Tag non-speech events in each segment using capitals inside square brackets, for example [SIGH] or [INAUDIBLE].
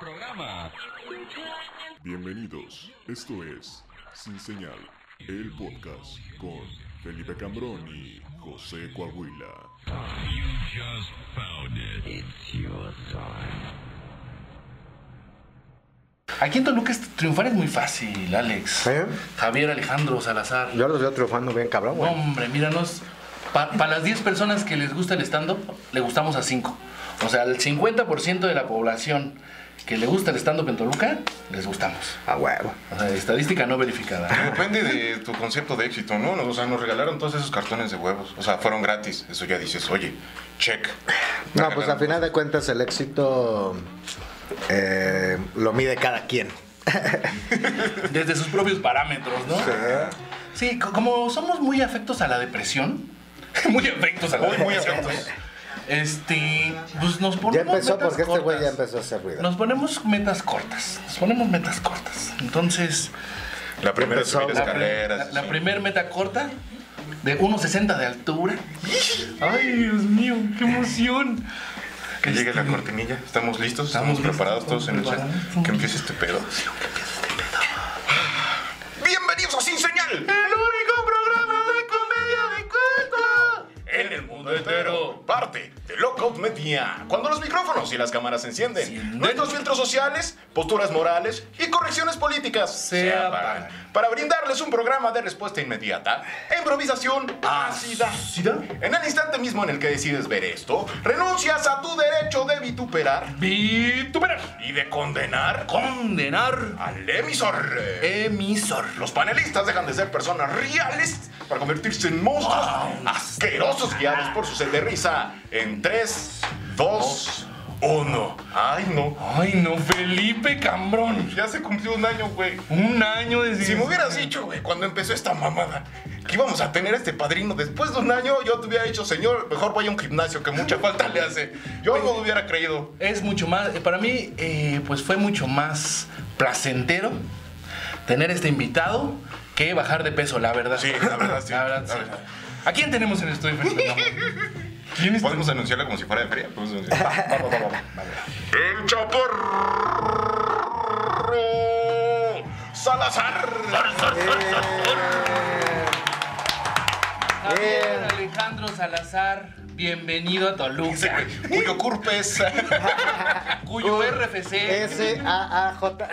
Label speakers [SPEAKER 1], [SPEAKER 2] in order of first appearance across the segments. [SPEAKER 1] programa.
[SPEAKER 2] Bienvenidos, esto es Sin Señal, el podcast con Felipe Cambrón y José Coahuila.
[SPEAKER 1] You just found it. It's your time.
[SPEAKER 3] Aquí en Toluca es- triunfar es muy fácil, Alex.
[SPEAKER 4] ¿Eh?
[SPEAKER 3] Javier Alejandro Salazar.
[SPEAKER 4] Yo los veo triunfando bien, cabrón,
[SPEAKER 3] No,
[SPEAKER 4] güey.
[SPEAKER 3] Hombre, míranos. Para las 10 personas que les gusta el stand-up, le gustamos a 5. O sea, el 50% de la población que le gusta el stand-up en Toluca, les gustamos.
[SPEAKER 4] A huevo.
[SPEAKER 3] O sea, estadística no
[SPEAKER 4] [LAUGHS]
[SPEAKER 3] verificada.
[SPEAKER 5] Depende de tu concepto de éxito, ¿no? O sea, nos regalaron todos esos cartones de huevos. O sea, fueron gratis. Eso ya dices, oye, check.
[SPEAKER 4] No, pues al final de cuentas el éxito eh, lo mide cada quien.
[SPEAKER 3] Desde sus propios parámetros, ¿no? Sí, co- como somos muy afectos a la depresión. [LAUGHS] Muy afectos a la
[SPEAKER 5] Muy, muy
[SPEAKER 3] depresión.
[SPEAKER 5] atentos.
[SPEAKER 3] Este, pues nos ponemos.
[SPEAKER 4] Ya empezó
[SPEAKER 3] metas
[SPEAKER 4] porque este güey ya
[SPEAKER 3] cortas.
[SPEAKER 4] empezó a hacer ruido.
[SPEAKER 3] Nos ponemos metas cortas. Nos ponemos metas cortas. Entonces,
[SPEAKER 5] La primera es subir
[SPEAKER 4] Empezó.
[SPEAKER 5] escaleras.
[SPEAKER 3] la,
[SPEAKER 5] sí.
[SPEAKER 3] primera meta corta de 1.60 de altura. Ay, Dios mío, qué emoción. Este,
[SPEAKER 5] Que llegue la cortinilla. ¿Estamos listos?
[SPEAKER 3] Estamos
[SPEAKER 5] ¿Estamos,
[SPEAKER 3] listos,
[SPEAKER 5] preparados
[SPEAKER 3] estamos
[SPEAKER 5] todos en el chat?
[SPEAKER 3] preparados.
[SPEAKER 5] Que empiece este pedo. ¡Bienvenidos a Sin Señal! ¡El único programa de comedia de cuento! En el mundo entero, parte de Lockout Media. Cuando los micrófonos y las cámaras se encienden, nuestros filtros sociales, posturas morales y correcciones políticas se apagan. Para brindarles un programa de respuesta inmediata, e improvisación ácida. En el instante mismo en el que decides ver esto, renuncias a tu derecho de vituperar
[SPEAKER 3] Vituperar.
[SPEAKER 5] y de condenar
[SPEAKER 3] Condenar.
[SPEAKER 5] al emisor.
[SPEAKER 3] Emisor.
[SPEAKER 5] Los panelistas dejan de ser personas reales para convertirse en monstruos asquerosos guiados por su sed de risa. En 3, 2, 1. Ay, no.
[SPEAKER 3] Ay, no, Felipe Cambrón.
[SPEAKER 5] Ya se cumplió un año, güey.
[SPEAKER 3] Un año de
[SPEAKER 5] Si me hubieras dicho, güey, cuando empezó esta mamada, que íbamos a tener este padrino después de un año, yo te hubiera dicho, señor, mejor vaya a un gimnasio que mucha falta le hace. Yo no lo hubiera creído.
[SPEAKER 3] Es mucho más, eh, para mí, eh, pues fue mucho más placentero tener este invitado que bajar de peso, la verdad.
[SPEAKER 5] Sí, la verdad,
[SPEAKER 3] [LAUGHS]
[SPEAKER 5] sí.
[SPEAKER 3] La verdad,
[SPEAKER 5] La
[SPEAKER 3] sí.
[SPEAKER 5] verdad.
[SPEAKER 3] ¿A quién tenemos en el estudio?
[SPEAKER 5] [LAUGHS]
[SPEAKER 3] Felipe Cambrón? ¿Quién es?
[SPEAKER 5] Podemos anunciarla como si fuera de feria. Podemos
[SPEAKER 4] [LAUGHS]
[SPEAKER 5] anunciarla. Va, va, va, va, va. El chaparro Salazar.
[SPEAKER 3] Javier
[SPEAKER 5] eh.
[SPEAKER 3] Alejandro Salazar, bienvenido a
[SPEAKER 5] Ese
[SPEAKER 3] Toluca.
[SPEAKER 5] güey, Cuyo curpe es.
[SPEAKER 3] Cuyo RFC.
[SPEAKER 4] S-A-A-J.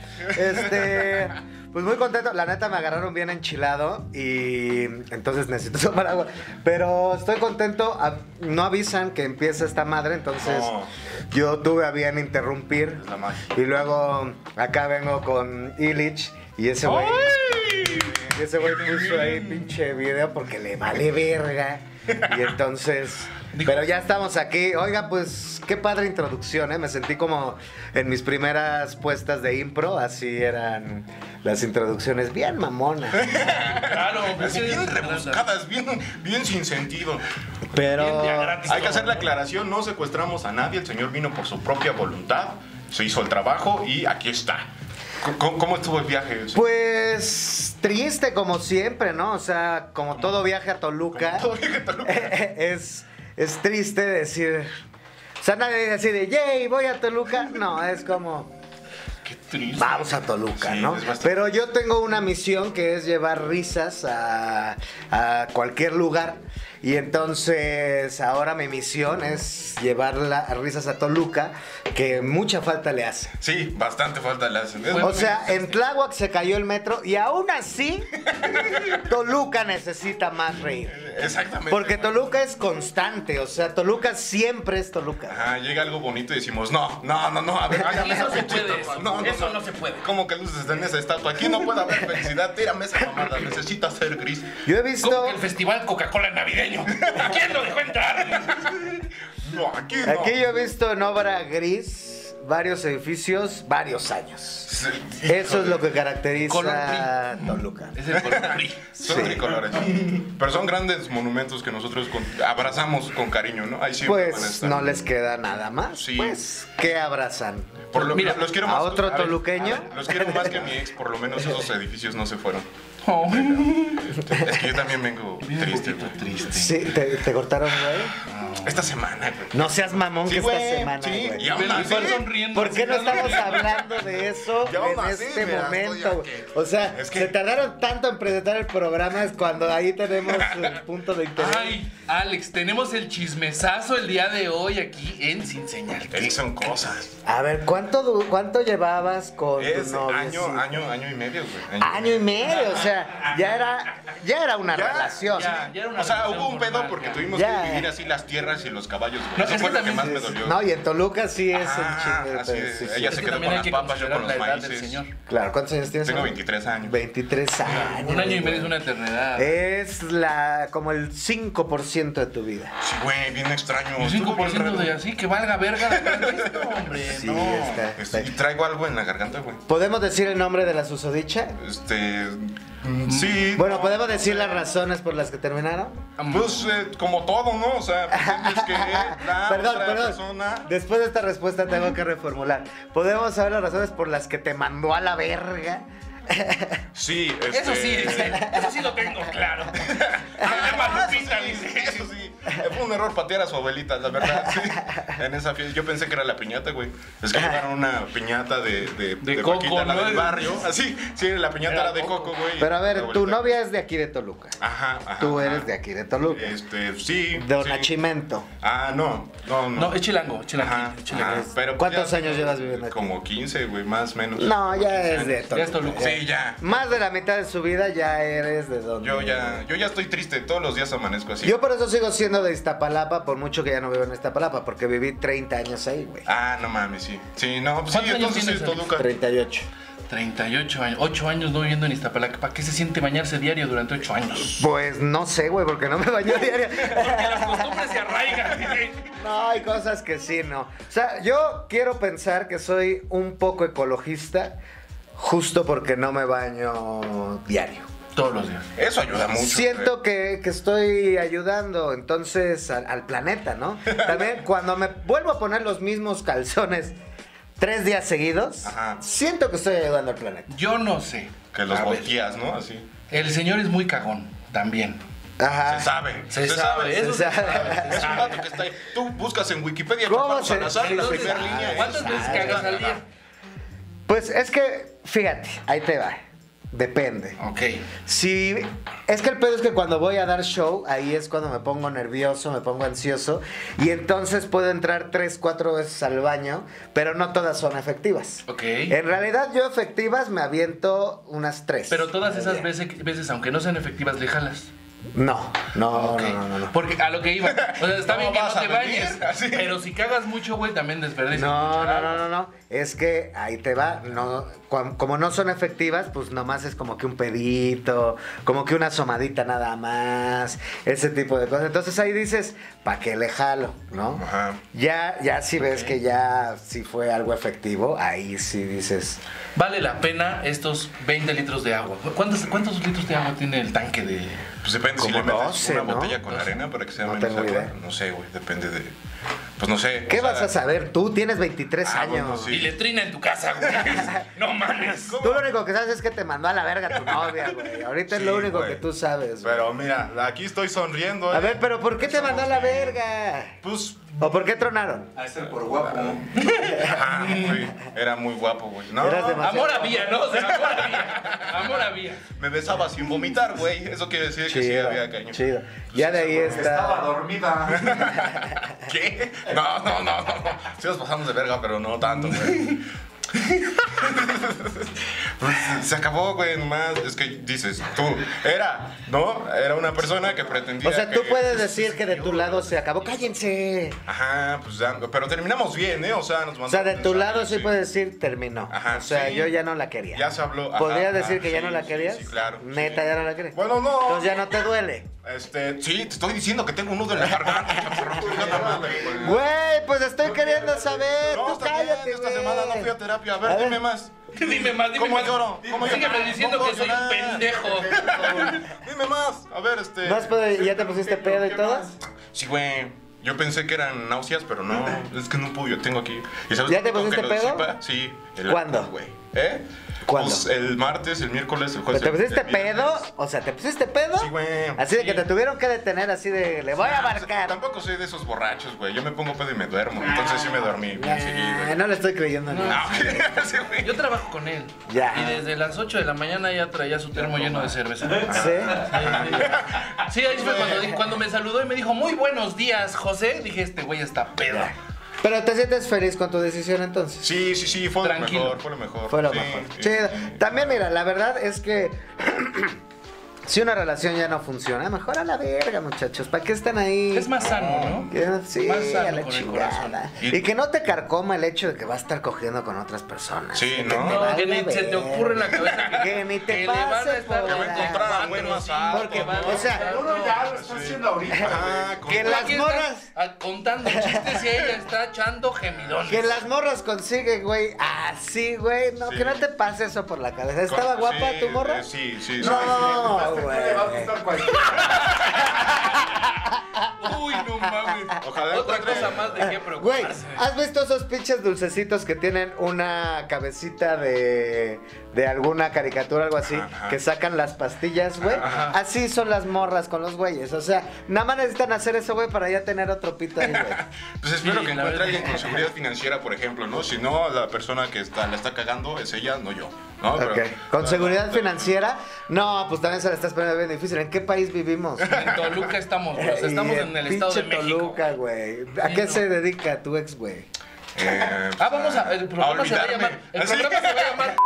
[SPEAKER 4] [LAUGHS] Este. Pues muy contento. La neta me agarraron bien enchilado y entonces necesito [LAUGHS] tomar agua. Pero estoy contento. a- No avisan que empieza esta madre, entonces
[SPEAKER 5] No.
[SPEAKER 4] yo tuve a bien interrumpir.
[SPEAKER 5] Oh. Es la magia.
[SPEAKER 4] Y luego acá vengo con Illich y ese güey. Y ese güey puso ahí pinche video porque le vale verga. Y
[SPEAKER 5] [LAUGHS]
[SPEAKER 4] entonces.
[SPEAKER 3] Dijo-
[SPEAKER 4] Pero ya estamos aquí. Oiga, pues qué padre introducción, ¿eh? Me sentí como en mis primeras puestas de impro. Así eran las introducciones. Bien
[SPEAKER 5] [LAUGHS]
[SPEAKER 4] mamonas.
[SPEAKER 3] Claro, pues,
[SPEAKER 5] Así bien rebuscadas, bien, bien sin sentido.
[SPEAKER 4] Pero.
[SPEAKER 5] Hay que hacer la aclaración, no secuestramos a nadie, el señor vino por su propia voluntad, se hizo el trabajo y aquí está. C- ¿Cómo, cómo estuvo el viaje?
[SPEAKER 4] Pues triste como siempre, ¿no? O sea, como todo viaje a Toluca. [LAUGHS]
[SPEAKER 5] Todo bien en Toluca.
[SPEAKER 4] es, es triste decir. O sea, nadie dice así de, yay, voy a Toluca. No, es como,
[SPEAKER 3] Qué triste.
[SPEAKER 4] vamos a Toluca,
[SPEAKER 5] Sí,
[SPEAKER 4] ¿no?
[SPEAKER 5] es bastante-
[SPEAKER 4] Pero yo tengo una misión que es llevar risas a, a cualquier lugar. Y entonces ahora mi misión es llevar la- risas a Toluca, que mucha falta le hace.
[SPEAKER 5] Sí, bastante falta le hacen.
[SPEAKER 4] O sea, en Tláhuac se cayó el metro y aún así Toluca necesita más reír.
[SPEAKER 5] Exactamente.
[SPEAKER 4] Porque
[SPEAKER 5] güey.
[SPEAKER 4] Toluca es constante, o sea, Toluca siempre es Toluca.
[SPEAKER 5] Ajá, Ah, llega algo bonito y decimos, no, no, no, no,
[SPEAKER 3] [LAUGHS]
[SPEAKER 5] a ver,
[SPEAKER 3] Aquí no
[SPEAKER 5] hágame
[SPEAKER 3] se
[SPEAKER 5] algo chido,
[SPEAKER 3] puede eso,
[SPEAKER 5] hermano. No, no,
[SPEAKER 3] eso no se puede.
[SPEAKER 5] ¿Cómo que luces en esa estatua? Aquí no puede haber felicidad, tírame esa mamada, necesita ser gris.
[SPEAKER 4] Yo he
[SPEAKER 3] ¿Cómo
[SPEAKER 4] visto...
[SPEAKER 3] que el festival Coca-Cola
[SPEAKER 5] [LAUGHS]
[SPEAKER 3] navideño? ¿A quién lo dejó entrar?
[SPEAKER 5] No, aquí no.
[SPEAKER 4] Aquí yo he visto en obra gris varios edificios, varios años.
[SPEAKER 5] Sí,
[SPEAKER 4] Eso es
[SPEAKER 5] híjole,
[SPEAKER 4] lo que
[SPEAKER 3] Color
[SPEAKER 4] caracteriza a
[SPEAKER 3] gris.
[SPEAKER 4] Toluca.
[SPEAKER 3] Es el
[SPEAKER 5] [LAUGHS]
[SPEAKER 3] color gris.
[SPEAKER 5] Son tricolores. Pero son grandes monumentos que nosotros con- abrazamos con cariño, ¿no? Ahí sí van a
[SPEAKER 4] Pues
[SPEAKER 5] estar.
[SPEAKER 4] no les queda nada más.
[SPEAKER 5] Sí.
[SPEAKER 4] Pues, ¿qué abrazan?
[SPEAKER 5] Por lo,
[SPEAKER 3] Mira,
[SPEAKER 5] los quiero
[SPEAKER 4] ¿A
[SPEAKER 5] más.
[SPEAKER 4] otro
[SPEAKER 5] ver,
[SPEAKER 4] toluqueño?
[SPEAKER 5] Los quiero más que a mi ex, por lo menos esos edificios no se fueron.
[SPEAKER 3] Oh.
[SPEAKER 5] Es que yo también vengo triste, güey.
[SPEAKER 4] Sí, ¿te, te cortaron, güey?
[SPEAKER 5] Esta semana, güey.
[SPEAKER 4] No seas mamón
[SPEAKER 5] Sí,
[SPEAKER 4] que
[SPEAKER 5] güey,
[SPEAKER 4] esta semana,
[SPEAKER 5] sí,
[SPEAKER 4] güey.
[SPEAKER 5] y aún
[SPEAKER 3] Pero
[SPEAKER 5] así-
[SPEAKER 3] están sonriendo.
[SPEAKER 4] ¿Por qué no
[SPEAKER 3] así,
[SPEAKER 4] estamos
[SPEAKER 5] [LAUGHS]
[SPEAKER 4] hablando de eso
[SPEAKER 5] Ya aún
[SPEAKER 4] en
[SPEAKER 5] así,
[SPEAKER 4] este
[SPEAKER 5] mira,
[SPEAKER 4] momento?
[SPEAKER 5] estoy aquí.
[SPEAKER 4] güey? O sea,
[SPEAKER 5] Es que-
[SPEAKER 4] se tardaron tanto en presentar el programa es cuando ahí
[SPEAKER 5] [LAUGHS]
[SPEAKER 4] tenemos el punto de interés.
[SPEAKER 3] Ay, Alex, tenemos el chismesazo el día de hoy aquí en Sin Señal.
[SPEAKER 5] Es que son cosas.
[SPEAKER 4] A ver, ¿cuánto, du- cuánto llevabas con
[SPEAKER 5] Es
[SPEAKER 4] tu novio?
[SPEAKER 5] año, año, año y medio, güey.
[SPEAKER 4] Año y medio, o sea, ya era, ya era una
[SPEAKER 5] Ya,
[SPEAKER 4] relación.
[SPEAKER 3] ya. era una
[SPEAKER 5] o sea,
[SPEAKER 3] relación
[SPEAKER 5] hubo un pedo
[SPEAKER 3] formal,
[SPEAKER 5] porque
[SPEAKER 3] ya.
[SPEAKER 5] tuvimos
[SPEAKER 4] Ya.
[SPEAKER 5] que vivir así las tierras y los caballos, güey.
[SPEAKER 3] No,
[SPEAKER 5] Eso
[SPEAKER 3] es
[SPEAKER 5] fue
[SPEAKER 3] que
[SPEAKER 5] lo que
[SPEAKER 3] también
[SPEAKER 5] más
[SPEAKER 3] es-
[SPEAKER 5] me dolió.
[SPEAKER 4] No, y en Toluca sí es
[SPEAKER 5] Ah,
[SPEAKER 4] el chingo.
[SPEAKER 5] así
[SPEAKER 4] pero
[SPEAKER 5] es.
[SPEAKER 4] sí,
[SPEAKER 5] Ella
[SPEAKER 4] sí.
[SPEAKER 5] se quedó con las papas, yo con los maíces.
[SPEAKER 4] Claro, ¿cuántos años tienes?
[SPEAKER 5] Tengo
[SPEAKER 4] ahora?
[SPEAKER 5] 23 años.
[SPEAKER 4] 23 años.
[SPEAKER 3] Un año y medio es una
[SPEAKER 4] güey.
[SPEAKER 3] eternidad.
[SPEAKER 4] Es la, como el 5% de tu vida.
[SPEAKER 5] Sí, güey, bien extraño.
[SPEAKER 3] Un
[SPEAKER 5] Estuvo bien
[SPEAKER 3] 5%
[SPEAKER 5] raro.
[SPEAKER 3] de así, que valga verga. [LAUGHS] la esto, hombre.
[SPEAKER 4] Sí,
[SPEAKER 5] No,
[SPEAKER 4] está, está.
[SPEAKER 5] este, y traigo algo en la garganta, güey.
[SPEAKER 4] ¿Podemos decir el nombre de la susodicha?
[SPEAKER 5] Este. mm, Sí.
[SPEAKER 4] Bueno,
[SPEAKER 5] no,
[SPEAKER 4] ¿podemos decir las razones por las que terminaron?
[SPEAKER 5] Pues eh, como todo, ¿no?
[SPEAKER 4] [LAUGHS]
[SPEAKER 5] O sea, pretendes que la
[SPEAKER 4] perdón,
[SPEAKER 5] otra
[SPEAKER 4] perdón.
[SPEAKER 5] persona.
[SPEAKER 4] Después de esta respuesta tengo que reformular. ¿Podemos saber las razones por las que te mandó a la verga?
[SPEAKER 5] Sí, este...
[SPEAKER 3] Eso sí, dice, eso sí lo tengo [LAUGHS] claro.
[SPEAKER 5] Ah, eso sí, eso sí. Eh, Fue un error patear a su abuelita, la verdad. sí. En esa fiesta. Yo pensé que era la piñata, güey. Es que llevaron una piñata de, de,
[SPEAKER 3] De coco,
[SPEAKER 5] Paquita, la
[SPEAKER 3] ¿no?
[SPEAKER 5] del barrio. Así, sí, la piñata
[SPEAKER 3] Era
[SPEAKER 5] era, de
[SPEAKER 3] coco.
[SPEAKER 5] coco, güey.
[SPEAKER 4] Pero a
[SPEAKER 5] La
[SPEAKER 4] ver,
[SPEAKER 5] abuelita.
[SPEAKER 4] tu novia es de aquí de Toluca.
[SPEAKER 5] Ajá, ajá.
[SPEAKER 4] Tú
[SPEAKER 5] ajá.
[SPEAKER 4] eres de aquí de Toluca.
[SPEAKER 5] Este, sí.
[SPEAKER 4] De
[SPEAKER 5] sí.
[SPEAKER 4] Onachimento.
[SPEAKER 5] Ah, no, no, no.
[SPEAKER 3] No, es chilango, chilango.
[SPEAKER 5] Ajá,
[SPEAKER 3] es
[SPEAKER 5] ajá,
[SPEAKER 3] chilango.
[SPEAKER 5] pero pues
[SPEAKER 4] ¿Cuántos
[SPEAKER 5] ya-
[SPEAKER 4] años llevas viviendo aquí?
[SPEAKER 5] Como 15, güey, más o menos.
[SPEAKER 4] No, ya es de
[SPEAKER 3] Ya es
[SPEAKER 4] Toluca.
[SPEAKER 3] Toluca.
[SPEAKER 5] Sí, ya.
[SPEAKER 4] Más de la mitad de su vida ya eres de donde.
[SPEAKER 5] Yo ya, yo ya estoy triste, todos los días amanezco así.
[SPEAKER 4] Yo por eso sigo siendo de Iztapalapa, por mucho que ya no vivo en Iztapalapa, porque viví 30 años ahí, güey.
[SPEAKER 5] Ah, no mames, sí. Sí, no, pues sí,
[SPEAKER 3] ¿Cuántos años
[SPEAKER 5] entonces sí
[SPEAKER 3] tienes,
[SPEAKER 5] es
[SPEAKER 3] Alex?
[SPEAKER 5] Toluca.
[SPEAKER 4] 38.
[SPEAKER 3] 38 años, 8 años no viviendo en Iztapalapa. ¿Para qué se siente bañarse diario durante 8 [LAUGHS] años?
[SPEAKER 4] Pues no sé, güey, porque no me
[SPEAKER 5] [LAUGHS]
[SPEAKER 4] baño diario.
[SPEAKER 3] las costumbres se arraigan.
[SPEAKER 4] No, hay cosas que sí, no. O sea, yo quiero pensar que soy un poco ecologista, justo porque no me baño diario.
[SPEAKER 3] Todos los días.
[SPEAKER 5] Eso ayuda mucho.
[SPEAKER 4] Siento que, que estoy ayudando entonces al, al planeta, ¿no? También cuando me vuelvo a poner los mismos calzones tres días seguidos,
[SPEAKER 5] Ajá.
[SPEAKER 4] siento que estoy ayudando al planeta.
[SPEAKER 3] Yo no sé.
[SPEAKER 5] Que los
[SPEAKER 3] A ver,
[SPEAKER 5] volteas, ¿no? Así.
[SPEAKER 3] El señor es muy cagón también.
[SPEAKER 4] Ajá.
[SPEAKER 5] Se sabe.
[SPEAKER 3] Se sabe,
[SPEAKER 5] eso
[SPEAKER 4] Ah, se sabe.
[SPEAKER 5] Es un dato que está ahí. Tú buscas en Wikipedia
[SPEAKER 4] ¿Cómo
[SPEAKER 5] Chuparo
[SPEAKER 4] se-
[SPEAKER 5] Salazar la
[SPEAKER 4] entonces,
[SPEAKER 5] primera línea. es-
[SPEAKER 3] ¿Cuántas veces cagas al día?
[SPEAKER 4] Pues es que, fíjate, ahí te va. Depende.
[SPEAKER 3] Ok.
[SPEAKER 4] Si es que el pedo es que cuando voy a dar show, ahí es cuando me pongo nervioso, me pongo ansioso y entonces puedo entrar tres, cuatro veces al baño, pero no todas son efectivas.
[SPEAKER 3] Ok.
[SPEAKER 4] En realidad yo efectivas me aviento unas tres.
[SPEAKER 3] Pero todas esas veces, veces, aunque no sean efectivas, le jalas.
[SPEAKER 4] No, no,
[SPEAKER 3] Ok.
[SPEAKER 4] no, no, no, no.
[SPEAKER 3] Porque a lo que iba. O sea,
[SPEAKER 4] [LAUGHS]
[SPEAKER 3] está
[SPEAKER 5] No
[SPEAKER 3] bien que no
[SPEAKER 5] vas a
[SPEAKER 3] te
[SPEAKER 5] venir,
[SPEAKER 3] bañes.
[SPEAKER 5] así.
[SPEAKER 3] Pero si cagas mucho, güey, también desperdicias.
[SPEAKER 4] No,
[SPEAKER 3] mucho
[SPEAKER 4] no,
[SPEAKER 3] agua.
[SPEAKER 4] no, no, no. Es que ahí te va. No, cuam- como no son efectivas, pues nomás es como que un pedito, como que una asomadita nada más, ese tipo de cosas. Entonces ahí dices, ¿para qué le jalo? ¿No?
[SPEAKER 5] Ajá.
[SPEAKER 4] Ya, ya si ves que ya si fue algo efectivo, ahí sí dices.
[SPEAKER 3] Vale la pena estos 20 litros de agua. ¿Cuántos, cuántos litros de agua tiene el tanque de.?
[SPEAKER 5] Pues depende si
[SPEAKER 4] Como
[SPEAKER 5] le metes
[SPEAKER 4] 12,
[SPEAKER 5] una
[SPEAKER 4] ¿no?
[SPEAKER 5] botella con arena para que sea
[SPEAKER 4] No
[SPEAKER 5] menos
[SPEAKER 4] tengo
[SPEAKER 5] agua.
[SPEAKER 4] idea.
[SPEAKER 5] No sé, güey. Depende de. Pues no sé.
[SPEAKER 4] ¿Qué
[SPEAKER 5] o sea,
[SPEAKER 4] vas a saber? Tú tienes 23
[SPEAKER 5] Ah,
[SPEAKER 4] años.
[SPEAKER 5] bueno, sí.
[SPEAKER 3] Y letrina en tu casa, güey.
[SPEAKER 4] [LAUGHS]
[SPEAKER 3] No mames.
[SPEAKER 4] Tú lo único que sabes es que te mandó a la verga tu novia, güey. Ahorita es
[SPEAKER 5] Sí,
[SPEAKER 4] lo único
[SPEAKER 5] güey.
[SPEAKER 4] que tú sabes. güey.
[SPEAKER 5] Pero mira, aquí estoy sonriendo.
[SPEAKER 4] A
[SPEAKER 5] eh.
[SPEAKER 4] ver, pero ¿por qué te mandó a la
[SPEAKER 5] Somos- Ah,
[SPEAKER 4] verga?
[SPEAKER 5] Pues
[SPEAKER 4] ¿O por qué tronaron?
[SPEAKER 6] A ser por guapo.
[SPEAKER 5] Ajá, güey. Era muy guapo, güey. No,
[SPEAKER 4] Eras demasiado-
[SPEAKER 3] Amor había, ¿no? O sea, amor había. Amor había.
[SPEAKER 5] me besaba sin vomitar, güey. Eso quiere decir que sí había caño.
[SPEAKER 4] chido. Ya de ahí
[SPEAKER 6] Estaba
[SPEAKER 4] está.
[SPEAKER 6] dormida.
[SPEAKER 5] [LAUGHS] ¿Qué? No, no, no, no. no. Sí nos pasamos de verga, pero no tanto, güey. Pues, se acabó, güey, nomás. Es que dices, tú, era, ¿no? Era una persona que pretendía.
[SPEAKER 4] O sea, tú
[SPEAKER 5] que-
[SPEAKER 4] puedes decir que de tu lado se acabó. ¡Cállense!
[SPEAKER 5] Ajá, pues ya, pero terminamos bien, ¿eh? O sea, nos
[SPEAKER 4] O sea, de
[SPEAKER 5] mandamos
[SPEAKER 4] tu
[SPEAKER 5] mensajes,
[SPEAKER 4] lado sí puedes decir terminó.
[SPEAKER 5] Ajá,
[SPEAKER 4] o sea,
[SPEAKER 5] sí.
[SPEAKER 4] yo ya no la quería.
[SPEAKER 5] Ya se habló, ajá,
[SPEAKER 4] ¿Podrías
[SPEAKER 5] ajá,
[SPEAKER 4] decir que ya
[SPEAKER 5] sí,
[SPEAKER 4] no la
[SPEAKER 5] sí,
[SPEAKER 4] querías?
[SPEAKER 5] sí, claro,
[SPEAKER 4] Neta,
[SPEAKER 5] sí.
[SPEAKER 4] ya no la querías.
[SPEAKER 5] Bueno, no.
[SPEAKER 4] Entonces ya no te duele.
[SPEAKER 5] Este, sí, te estoy diciendo que tengo un nudo en la garganta, [LAUGHS] chaparro. Puta madre, güey.
[SPEAKER 4] Güey, pues estoy queriendo saber.
[SPEAKER 5] No,
[SPEAKER 4] Eh, tú
[SPEAKER 5] está bien,
[SPEAKER 4] cállate,
[SPEAKER 5] Esta
[SPEAKER 4] güey.
[SPEAKER 5] semana no fui a terapia. A ver,
[SPEAKER 4] A ver.
[SPEAKER 5] dime más.
[SPEAKER 3] [LAUGHS] Dime más, dime
[SPEAKER 5] ¿Cómo
[SPEAKER 3] más.
[SPEAKER 5] lloro? ¿Cómo lloro?
[SPEAKER 3] Sígueme diciendo
[SPEAKER 5] ¿Cómo
[SPEAKER 3] que soy un
[SPEAKER 5] llorar?
[SPEAKER 3] pendejo.
[SPEAKER 5] [LAUGHS] Dime más. A ver, este.
[SPEAKER 4] ¿No has podido- ¿Ya te pusiste pedo y todo?
[SPEAKER 5] Sí, güey. Yo pensé que eran [LAUGHS] náuseas, pero no. Es que no pude. Yo tengo aquí. ¿Y sabes
[SPEAKER 4] ¿Ya te
[SPEAKER 5] lo único que
[SPEAKER 4] pusiste
[SPEAKER 5] lo
[SPEAKER 4] pedo?
[SPEAKER 5] disipa? Sí. el
[SPEAKER 4] ¿Cuándo?
[SPEAKER 5] alcohol, güey. ¿Eh?
[SPEAKER 4] ¿Cuándo?
[SPEAKER 5] Pues el martes, el miércoles, el
[SPEAKER 4] ¿Pero
[SPEAKER 5] jueves.
[SPEAKER 4] ¿Te
[SPEAKER 5] el-
[SPEAKER 4] pusiste
[SPEAKER 5] el viernes.
[SPEAKER 4] pedo? O sea, ¿te pusiste pedo?
[SPEAKER 5] Pues, eh, Sí, güey,
[SPEAKER 4] Así de
[SPEAKER 5] sí.
[SPEAKER 4] que te tuvieron que detener, así de le voy a
[SPEAKER 5] Ah,
[SPEAKER 4] abarcar.
[SPEAKER 5] Tampoco soy de esos borrachos, güey. Yo me pongo pedo y me duermo. Entonces sí me dormí. bien
[SPEAKER 4] Ah,
[SPEAKER 5] seguido.
[SPEAKER 4] no le estoy creyendo. a nadie.
[SPEAKER 5] Ah, ok. [LAUGHS] Sí, güey.
[SPEAKER 3] Yo trabajo con él.
[SPEAKER 4] Ya.
[SPEAKER 3] Y desde las 8 de la mañana ya traía su termo lleno de cerveza.
[SPEAKER 4] ¿Sí?
[SPEAKER 3] Sí, ahí fue cuando, di- cuando me saludó y me dijo, muy buenos días, José. Dije, este güey está pedo.
[SPEAKER 4] Pero te sientes feliz con tu decisión entonces.
[SPEAKER 5] Sí, sí, sí, fue
[SPEAKER 3] Tranquilo.
[SPEAKER 5] lo mejor, fue lo mejor.
[SPEAKER 4] Fue lo
[SPEAKER 5] Sí,
[SPEAKER 4] mejor.
[SPEAKER 5] sí,
[SPEAKER 4] Chido.
[SPEAKER 5] sí.
[SPEAKER 4] También, mira, la verdad es que. [CLEARS THROAT] Si una relación ya no funciona, mejor a la verga, muchachos. ¿Para qué están ahí?
[SPEAKER 3] Es más sano, ¿no?
[SPEAKER 4] Ya, Sí,
[SPEAKER 3] Más sano
[SPEAKER 4] a la
[SPEAKER 3] con el
[SPEAKER 4] chingada.
[SPEAKER 3] corazón.
[SPEAKER 5] Y-
[SPEAKER 4] Y que no te carcoma el hecho de que vas a estar cogiendo con otras personas.
[SPEAKER 5] Sí,
[SPEAKER 4] Que
[SPEAKER 5] ¿no?
[SPEAKER 4] te
[SPEAKER 5] No,
[SPEAKER 3] No,
[SPEAKER 4] valga
[SPEAKER 3] que ni se te
[SPEAKER 4] verga.
[SPEAKER 3] ocurre en la cabeza
[SPEAKER 4] [LAUGHS] Que ni te
[SPEAKER 3] que le van a
[SPEAKER 4] pase
[SPEAKER 3] estar
[SPEAKER 4] por
[SPEAKER 5] Que va a encontrar a un buen más alto,
[SPEAKER 4] Porque,
[SPEAKER 5] ¿no?
[SPEAKER 4] o sea,
[SPEAKER 6] Uno ya lo está haciendo ahorita.
[SPEAKER 5] Ah, con-
[SPEAKER 4] que
[SPEAKER 3] Tú
[SPEAKER 4] las
[SPEAKER 3] aquí estás
[SPEAKER 4] morras-
[SPEAKER 3] a- contando chistes y ella está echando gemidones.
[SPEAKER 4] que las morras consiguen, güey. Así, güey. No,
[SPEAKER 5] Sí.
[SPEAKER 4] que no te pase eso por la cabeza. ¿Estaba
[SPEAKER 5] con-
[SPEAKER 4] guapa
[SPEAKER 5] sí,
[SPEAKER 4] tu morra?
[SPEAKER 5] eh, Sí, sí, sí.
[SPEAKER 4] No,
[SPEAKER 6] Hasta que le va a
[SPEAKER 4] güey.
[SPEAKER 6] gustar cualquiera.
[SPEAKER 3] Uy, no mames.
[SPEAKER 5] Ojalá
[SPEAKER 3] Otra
[SPEAKER 5] encuentre-
[SPEAKER 3] cosa más de qué
[SPEAKER 4] Güey,
[SPEAKER 3] preocuparse.
[SPEAKER 4] ¿has visto esos pinches dulcecitos que tienen una cabecita de, de alguna caricatura, algo así,
[SPEAKER 5] Ajá.
[SPEAKER 4] que sacan las pastillas, güey? Así son las morras con los güeyes. O sea, nada más necesitan hacer eso, güey, para ya tener otro pito ahí,
[SPEAKER 5] [LAUGHS]
[SPEAKER 4] güey.
[SPEAKER 5] Pues espero
[SPEAKER 3] Sí,
[SPEAKER 5] que
[SPEAKER 3] la
[SPEAKER 5] encuentre
[SPEAKER 3] verdad.
[SPEAKER 5] alguien con seguridad financiera, por ejemplo, ¿no? Si no, la persona que está, la está cagando es ella, no yo. ¿no? Pero-
[SPEAKER 4] Ok. Con
[SPEAKER 5] Ah,
[SPEAKER 4] seguridad
[SPEAKER 5] ah,
[SPEAKER 4] financiera, no, pues también se la estás poniendo bien difícil. ¿En qué país vivimos?
[SPEAKER 3] En Toluca estamos, güey. O sea, estamos
[SPEAKER 4] Y
[SPEAKER 3] en el estado de
[SPEAKER 4] Eh, pinche
[SPEAKER 3] México.
[SPEAKER 4] Toluca, güey. ¿A
[SPEAKER 3] Sí,
[SPEAKER 4] qué
[SPEAKER 3] no.
[SPEAKER 4] se dedica tu ex,
[SPEAKER 3] [LAUGHS]
[SPEAKER 4] güey?
[SPEAKER 5] eh,
[SPEAKER 3] Ah, vamos a. El programa se va a
[SPEAKER 5] olvidarme. Ah,
[SPEAKER 3] llamar. El
[SPEAKER 5] Así.
[SPEAKER 3] programa se va a llamar.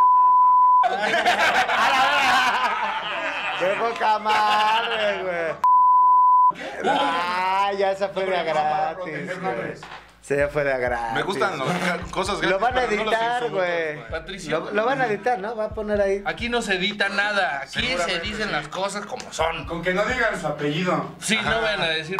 [SPEAKER 5] [LAUGHS]
[SPEAKER 4] ¡Qué poca madre, güey! ¡Ah, ya esa fue de a gratis, güey! Se ya fue de a gratis.
[SPEAKER 5] Me
[SPEAKER 3] Ah,
[SPEAKER 5] gustan las cosas
[SPEAKER 4] Lo van a
[SPEAKER 5] pero no los
[SPEAKER 4] editar,
[SPEAKER 5] insultos,
[SPEAKER 4] güey.
[SPEAKER 3] Patricio.
[SPEAKER 4] Lo, lo van a editar, ¿no? Va a poner ahí.
[SPEAKER 3] Aquí no se edita nada. Aquí se
[SPEAKER 5] Seguramente,
[SPEAKER 3] dicen
[SPEAKER 5] sí.
[SPEAKER 3] las cosas como son.
[SPEAKER 6] Con que no digan su apellido.
[SPEAKER 3] Sí, no van a decir.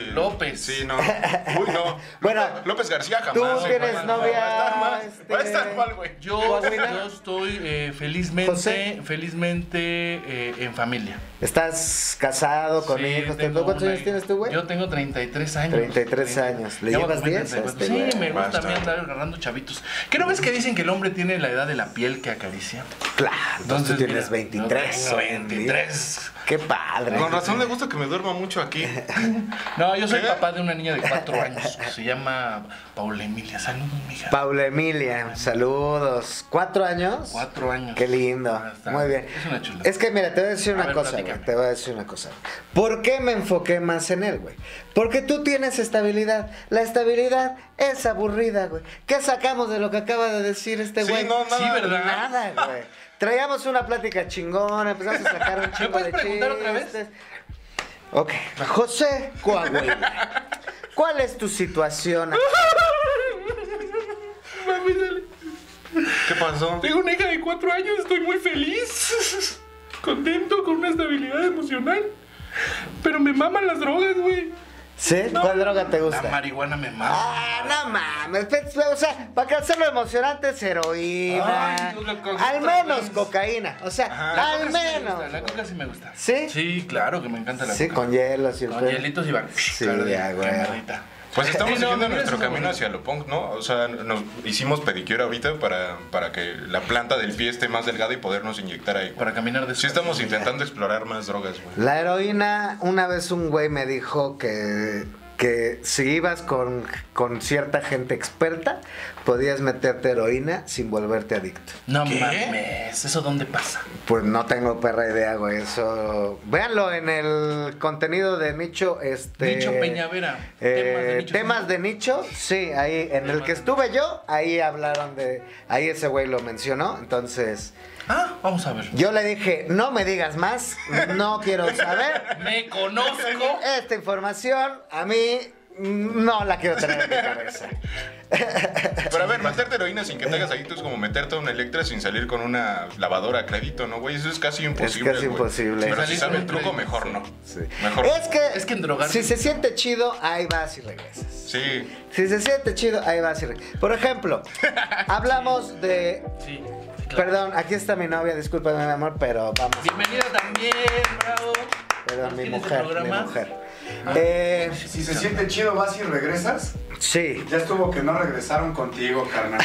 [SPEAKER 3] López.
[SPEAKER 5] Sí, no. Uy, no.
[SPEAKER 4] Bueno,
[SPEAKER 5] López- López García jamás.
[SPEAKER 4] Tú
[SPEAKER 5] güey.
[SPEAKER 4] tienes
[SPEAKER 5] Va a estar
[SPEAKER 4] novia.
[SPEAKER 5] mal.
[SPEAKER 4] este,
[SPEAKER 5] Va a estar mal, güey.
[SPEAKER 3] Yo, yo estoy eh, felizmente,
[SPEAKER 4] José.
[SPEAKER 3] felizmente eh, en familia.
[SPEAKER 4] Estás casado con
[SPEAKER 3] Sí,
[SPEAKER 4] hijos.
[SPEAKER 3] tengo
[SPEAKER 4] ¿Tú ¿Cuántos
[SPEAKER 3] una
[SPEAKER 4] años
[SPEAKER 3] hija.
[SPEAKER 4] tienes tú, güey?
[SPEAKER 3] Yo tengo 33 años.
[SPEAKER 4] 33 años. ¿Le
[SPEAKER 3] Ya voy a
[SPEAKER 4] llevas
[SPEAKER 3] cumplir
[SPEAKER 4] 10 a
[SPEAKER 3] 34.
[SPEAKER 4] este güey?
[SPEAKER 3] Sí, me gusta
[SPEAKER 5] Basta.
[SPEAKER 3] a mí andar agarrando chavitos. ¿Qué no ves que dicen que el hombre tiene la edad de la piel que acaricia?
[SPEAKER 4] Claro. Entonces tú
[SPEAKER 3] mira,
[SPEAKER 4] tienes
[SPEAKER 3] yo
[SPEAKER 4] 23.
[SPEAKER 3] tengo
[SPEAKER 4] güey.
[SPEAKER 3] 23.
[SPEAKER 4] Qué padre.
[SPEAKER 5] Con razón le gusta que me duerma mucho aquí.
[SPEAKER 3] No, yo soy
[SPEAKER 5] ¿Qué?
[SPEAKER 3] papá de una niña de 4 años que se llama Paula Emilia. Saludos, mija.
[SPEAKER 4] Paula Emilia, saludos. ¿Cuatro años?
[SPEAKER 3] 4 años.
[SPEAKER 4] Qué lindo.
[SPEAKER 3] Ah, está.
[SPEAKER 4] Muy bien.
[SPEAKER 3] Es una chulada.
[SPEAKER 4] Es que mira, te voy a decir
[SPEAKER 3] A
[SPEAKER 4] una
[SPEAKER 3] ver,
[SPEAKER 4] cosa,
[SPEAKER 3] platícame.
[SPEAKER 4] güey. Te voy a decir una cosa. ¿Por qué me enfoqué más en él, güey? Porque tú tienes estabilidad. La estabilidad es aburrida, güey. ¿Qué sacamos de lo que acaba de decir este
[SPEAKER 5] Sí,
[SPEAKER 4] güey?
[SPEAKER 5] no, nada.
[SPEAKER 3] Sí, ¿verdad?
[SPEAKER 4] Nada, güey. Traíamos una plática chingona, empezamos a sacar un chingo
[SPEAKER 3] puedes
[SPEAKER 4] de
[SPEAKER 3] preguntar otra vez?
[SPEAKER 4] chistes. Ok. José Coahuila. ¿Cuál es tu
[SPEAKER 3] [LAUGHS]
[SPEAKER 4] situación?
[SPEAKER 5] ¿Qué pasó?
[SPEAKER 3] Tengo una hija de 4 años, estoy muy feliz. [LAUGHS] Contento con una estabilidad emocional. Pero me maman las drogas, güey.
[SPEAKER 4] ¿Sí? ¿Cuál droga te
[SPEAKER 3] La
[SPEAKER 4] gusta?
[SPEAKER 3] marihuana me mama.
[SPEAKER 4] Ah, no mames. pe- pe- O sea, para que hacerlo emocionante es heroína.
[SPEAKER 3] Ay, tú lo cogiste
[SPEAKER 4] al menos
[SPEAKER 3] otra vez.
[SPEAKER 4] cocaína. O sea,
[SPEAKER 3] La
[SPEAKER 4] Ah, al
[SPEAKER 3] coca sí me
[SPEAKER 4] menos.
[SPEAKER 3] gusta, la
[SPEAKER 4] güey.
[SPEAKER 3] coca sí me gusta.
[SPEAKER 4] ¿Sí?
[SPEAKER 3] Sí, claro que me encanta la
[SPEAKER 4] Sí,
[SPEAKER 3] coca.
[SPEAKER 4] con hielos y el
[SPEAKER 3] Con
[SPEAKER 4] pedo.
[SPEAKER 3] hielitos y van.
[SPEAKER 4] Sí,
[SPEAKER 3] claro,
[SPEAKER 4] ya, güey.
[SPEAKER 3] quemadita.
[SPEAKER 5] Pues estamos
[SPEAKER 3] Sí, eh, no,
[SPEAKER 5] siguiendo
[SPEAKER 3] mira,
[SPEAKER 5] nuestro
[SPEAKER 3] eso está
[SPEAKER 5] camino
[SPEAKER 3] bonito.
[SPEAKER 5] hacia lo punk, ¿no? O sea, nos hicimos pedicure ahorita para, para que la planta del pie esté más delgada y podernos inyectar ahí.
[SPEAKER 3] Para caminar de
[SPEAKER 5] Sí estamos intentando explorar más drogas,
[SPEAKER 4] [LAUGHS]
[SPEAKER 5] güey.
[SPEAKER 4] La heroína, una vez un güey me dijo que, que si ibas con, con cierta gente experta, podías meterte heroína sin volverte adicto.
[SPEAKER 3] No mames, ¿eso dónde pasa?
[SPEAKER 4] Pues no tengo perra idea, güey. Eso. Véanlo en el contenido de Nicho. Este,
[SPEAKER 3] Nicho Peñavera.
[SPEAKER 4] Eh, temas
[SPEAKER 3] temas
[SPEAKER 4] de
[SPEAKER 3] de
[SPEAKER 4] nicho, sí, ahí en el que estuve yo, ahí hablaron de, ahí ese güey lo mencionó, entonces
[SPEAKER 3] Ah, vamos a ver.
[SPEAKER 4] yo le dije, no me digas más, no quiero saber,
[SPEAKER 3] Me conozco.
[SPEAKER 4] esta información a mí no la quiero tener en mi cabeza.
[SPEAKER 5] Pero a ver, meterte heroína sin que te hagas adicto es como meterte a una electra sin salir con una lavadora a crédito, ¿no, güey? Eso es casi imposible.
[SPEAKER 4] casi
[SPEAKER 5] güey.
[SPEAKER 4] imposible.
[SPEAKER 5] Pero si
[SPEAKER 3] Salir
[SPEAKER 5] sabe
[SPEAKER 3] con
[SPEAKER 5] el truco,
[SPEAKER 3] crédito,
[SPEAKER 5] mejor no.
[SPEAKER 4] Sí.
[SPEAKER 5] Mejor.
[SPEAKER 4] Es que,
[SPEAKER 3] Es que en drogarse-
[SPEAKER 4] si se siente chido, ahí vas y regresas.
[SPEAKER 5] Sí.
[SPEAKER 4] Si se siente chido, ahí vas y regresas.
[SPEAKER 3] [LAUGHS]
[SPEAKER 4] Por ejemplo, hablamos de,
[SPEAKER 3] Sí, sí, claro.
[SPEAKER 4] perdón, aquí está mi novia, discúlpame mi amor, pero vamos.
[SPEAKER 3] Bienvenida también, bravo.
[SPEAKER 4] Perdón, mi
[SPEAKER 3] ¿Tienes el
[SPEAKER 4] mujer, mi
[SPEAKER 3] programa? Ah.
[SPEAKER 4] mujer. Eh, [LAUGHS]
[SPEAKER 6] Si se siente chido, vas y regresas.
[SPEAKER 4] Sí.
[SPEAKER 6] Ya estuvo que no regresaron contigo, carnal.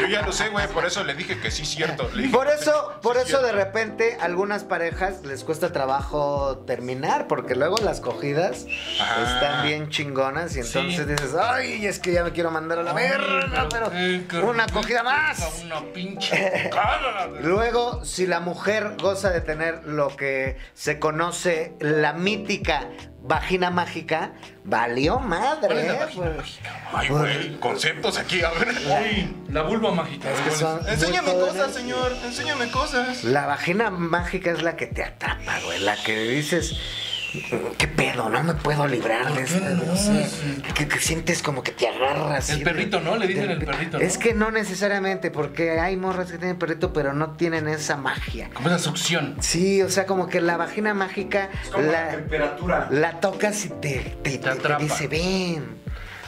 [SPEAKER 5] Yo ya lo sé, güey, por eso le dije que sí es cierto. Le dije,
[SPEAKER 4] Por eso,
[SPEAKER 5] sí,
[SPEAKER 4] por
[SPEAKER 5] sí,
[SPEAKER 4] eso de
[SPEAKER 5] cierto.
[SPEAKER 4] repente algunas parejas les cuesta trabajo terminar, porque luego las cogidas
[SPEAKER 5] Ajá.
[SPEAKER 4] están bien chingonas y entonces
[SPEAKER 3] Sí.
[SPEAKER 4] dices, ay, es que ya me quiero mandar a la verga,
[SPEAKER 3] Ay, qué
[SPEAKER 4] pero una
[SPEAKER 3] rico,
[SPEAKER 4] cogida más.
[SPEAKER 3] Una pinche. cara.
[SPEAKER 4] Luego, si la mujer goza de tener lo que se conoce la mítica vagina mágica, valió madre.
[SPEAKER 3] ¿Cuál es la
[SPEAKER 4] ¿eh?
[SPEAKER 3] vagina
[SPEAKER 4] Pues,
[SPEAKER 5] Ay, güey, conceptos aquí, a ver.
[SPEAKER 3] Uy, la vulva mágica.
[SPEAKER 4] Es que son muy
[SPEAKER 5] Enséñame
[SPEAKER 4] jóvenes.
[SPEAKER 5] cosas, señor. Enséñame cosas.
[SPEAKER 4] La vagina mágica es la que te atrapa, güey. La que dices, ¿qué pedo? No me puedo librar de esto.
[SPEAKER 3] no?
[SPEAKER 4] o sea, que, que sientes como que te agarras.
[SPEAKER 3] El
[SPEAKER 4] así
[SPEAKER 3] perrito, ¿no? Le dicen
[SPEAKER 4] del-
[SPEAKER 3] el perrito, ¿no?
[SPEAKER 4] Es que no necesariamente, porque hay morras que tienen perrito, pero no tienen esa magia.
[SPEAKER 3] Como esa succión.
[SPEAKER 4] Sí, o sea, como que la vagina mágica
[SPEAKER 6] Es como la,
[SPEAKER 4] la,
[SPEAKER 6] temperatura.
[SPEAKER 4] la tocas y te, te, te- te
[SPEAKER 3] atrapa.
[SPEAKER 4] dice, ven,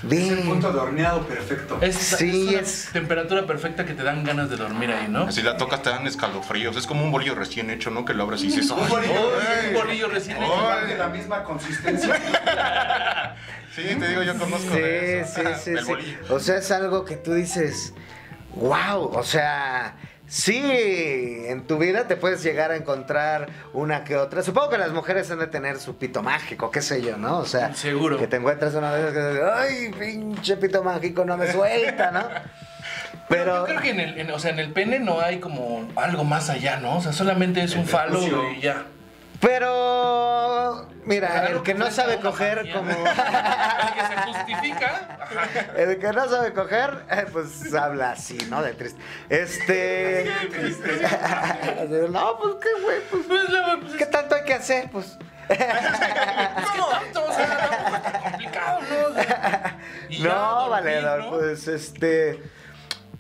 [SPEAKER 6] Es el punto
[SPEAKER 4] ven.
[SPEAKER 6] de horneado perfecto.
[SPEAKER 3] Es,
[SPEAKER 4] Sí,
[SPEAKER 3] es una
[SPEAKER 4] es-
[SPEAKER 3] temperatura perfecta que te dan ganas de dormir ahí, ¿no?
[SPEAKER 5] Si la tocas te dan escalofríos. Es como un bolillo recién hecho, ¿no? Que lo abres y dices,
[SPEAKER 6] Un
[SPEAKER 5] "Ay,
[SPEAKER 6] bolillo,
[SPEAKER 5] ay".
[SPEAKER 3] Un bolillo recién hecho.
[SPEAKER 6] Igual de la misma
[SPEAKER 3] [LAUGHS]
[SPEAKER 6] consistencia.
[SPEAKER 5] Sí, te digo, yo conozco
[SPEAKER 4] Sí,
[SPEAKER 5] de eso. [LAUGHS]
[SPEAKER 4] sí, sí,
[SPEAKER 5] Del
[SPEAKER 4] sí.
[SPEAKER 5] bolillo.
[SPEAKER 4] O sea, es algo que tú dices, wow, o sea, sí, en tu vida te puedes llegar a encontrar una que otra. Supongo que las mujeres han de tener su pito mágico, qué sé yo, ¿no? O sea,
[SPEAKER 3] Seguro.
[SPEAKER 4] que te encuentras una vez que dices, ay, pinche pito mágico, no me suelta,
[SPEAKER 5] [LAUGHS]
[SPEAKER 4] ¿no? Pero
[SPEAKER 3] Yo creo que en el, en- o sea, en el pene no hay como algo más allá, ¿no? O sea, solamente es un falo
[SPEAKER 6] prepucio.
[SPEAKER 3] y ya.
[SPEAKER 4] pero mira, el que no sabe coger como
[SPEAKER 5] ¿eh?
[SPEAKER 3] El que se justifica. ajá.
[SPEAKER 4] el que no sabe coger, eh, pues habla así, ¿no? De triste. Este No, pues qué güey, pues
[SPEAKER 3] Pues, la- pues,
[SPEAKER 4] ¿Qué tanto hay que hacer? Pues.
[SPEAKER 3] Es que tanto, o sea, tampoco es tan complicado, ¿no? O sea, y ya
[SPEAKER 4] No,
[SPEAKER 3] dormir,
[SPEAKER 4] valedor,
[SPEAKER 3] ¿no?
[SPEAKER 4] pues este.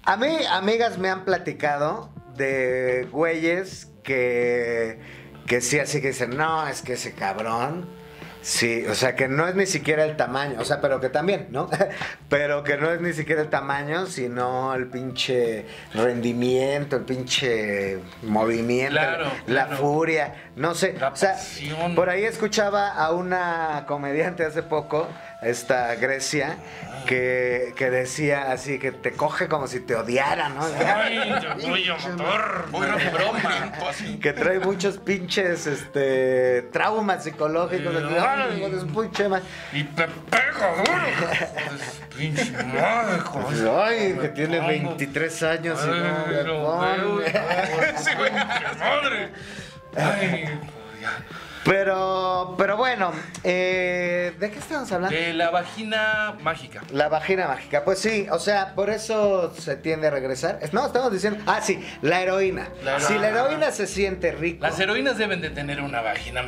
[SPEAKER 4] A mí, amigas me han platicado de güeyes que. que sí, así que dicen, no, es que ese cabrón. Sí, o sea que no es ni siquiera el tamaño, o sea, pero que también, ¿no? [LAUGHS] Pero que no es ni siquiera el tamaño, sino el pinche rendimiento, el pinche movimiento,
[SPEAKER 3] Claro,
[SPEAKER 4] la
[SPEAKER 3] claro.
[SPEAKER 4] furia, no sé.
[SPEAKER 3] La
[SPEAKER 4] o sea,
[SPEAKER 3] pasión.
[SPEAKER 4] por ahí escuchaba a una comediante hace poco, esta Grecia, que, que decía así, que te coge como si te odiara, ¿no?
[SPEAKER 3] Ay, yo voy a matar. Voy a broma.
[SPEAKER 4] Que trae muchos pinches este, traumas psicológicos.
[SPEAKER 3] Sí,
[SPEAKER 4] así, "Ay, hijo de su pinche madre".
[SPEAKER 3] Y te pego duro. Pues, Pinche madre, joder.
[SPEAKER 4] Pues, Ay, que tiene
[SPEAKER 3] pongo.
[SPEAKER 4] 23 años y no
[SPEAKER 3] Ay,
[SPEAKER 4] me
[SPEAKER 3] lo veo,
[SPEAKER 4] pone. [LAUGHS]
[SPEAKER 3] Sí, güey. Madre. Ay, pues, ya.
[SPEAKER 4] Pero, pero bueno, eh, ¿de qué estamos hablando?
[SPEAKER 3] De la vagina mágica.
[SPEAKER 4] La vagina mágica, pues sí, o sea, por eso se tiende a regresar. Es- No, estamos diciendo, ah, sí, la heroína.
[SPEAKER 3] La heroína.
[SPEAKER 4] si la heroína se siente rico,
[SPEAKER 3] Las heroínas deben de tener una vagina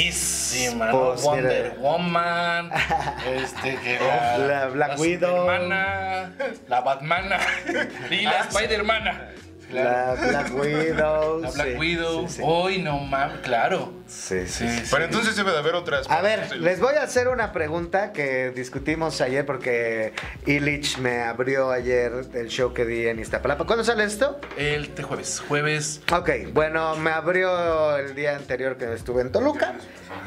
[SPEAKER 3] magiquísima, ¿no?
[SPEAKER 4] Pues, mira.
[SPEAKER 3] Wonder Woman, este, que la,
[SPEAKER 4] [LAUGHS] La Black Widow.
[SPEAKER 3] Supermana, la Batmana
[SPEAKER 4] [LAUGHS]
[SPEAKER 3] y la Spidermana.
[SPEAKER 4] Ah, la Black Widow,
[SPEAKER 3] La Black
[SPEAKER 4] sí,
[SPEAKER 3] Widow.
[SPEAKER 4] sí, sí.
[SPEAKER 3] Hoy no mames, claro.
[SPEAKER 4] Sí, sí, sí.
[SPEAKER 3] Sí, sí.
[SPEAKER 5] Pero entonces debe de haber otras.
[SPEAKER 4] A ver,
[SPEAKER 5] Sí.
[SPEAKER 4] les voy a hacer una pregunta que discutimos ayer porque Illich me abrió ayer el show que di en Iztapalapa. ¿Cuándo sale esto?
[SPEAKER 3] El te- jueves, jueves.
[SPEAKER 4] Ok, bueno, me abrió el día anterior que estuve en Toluca.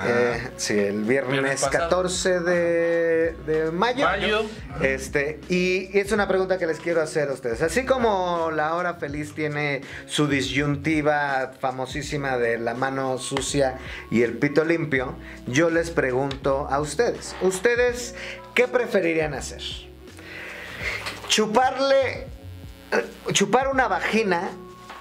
[SPEAKER 4] Eh, sí, el
[SPEAKER 3] Viernes
[SPEAKER 4] viernes
[SPEAKER 3] pasado.
[SPEAKER 4] 14 de, de mayo.
[SPEAKER 3] Mayo.
[SPEAKER 4] Este, y, y es una pregunta que les quiero hacer a ustedes. Así como La Hora Feliz tiene su disyuntiva famosísima de la mano sucia y el pito limpio, yo les pregunto a ustedes. ¿Ustedes qué preferirían hacer? Chuparle chupar una vagina,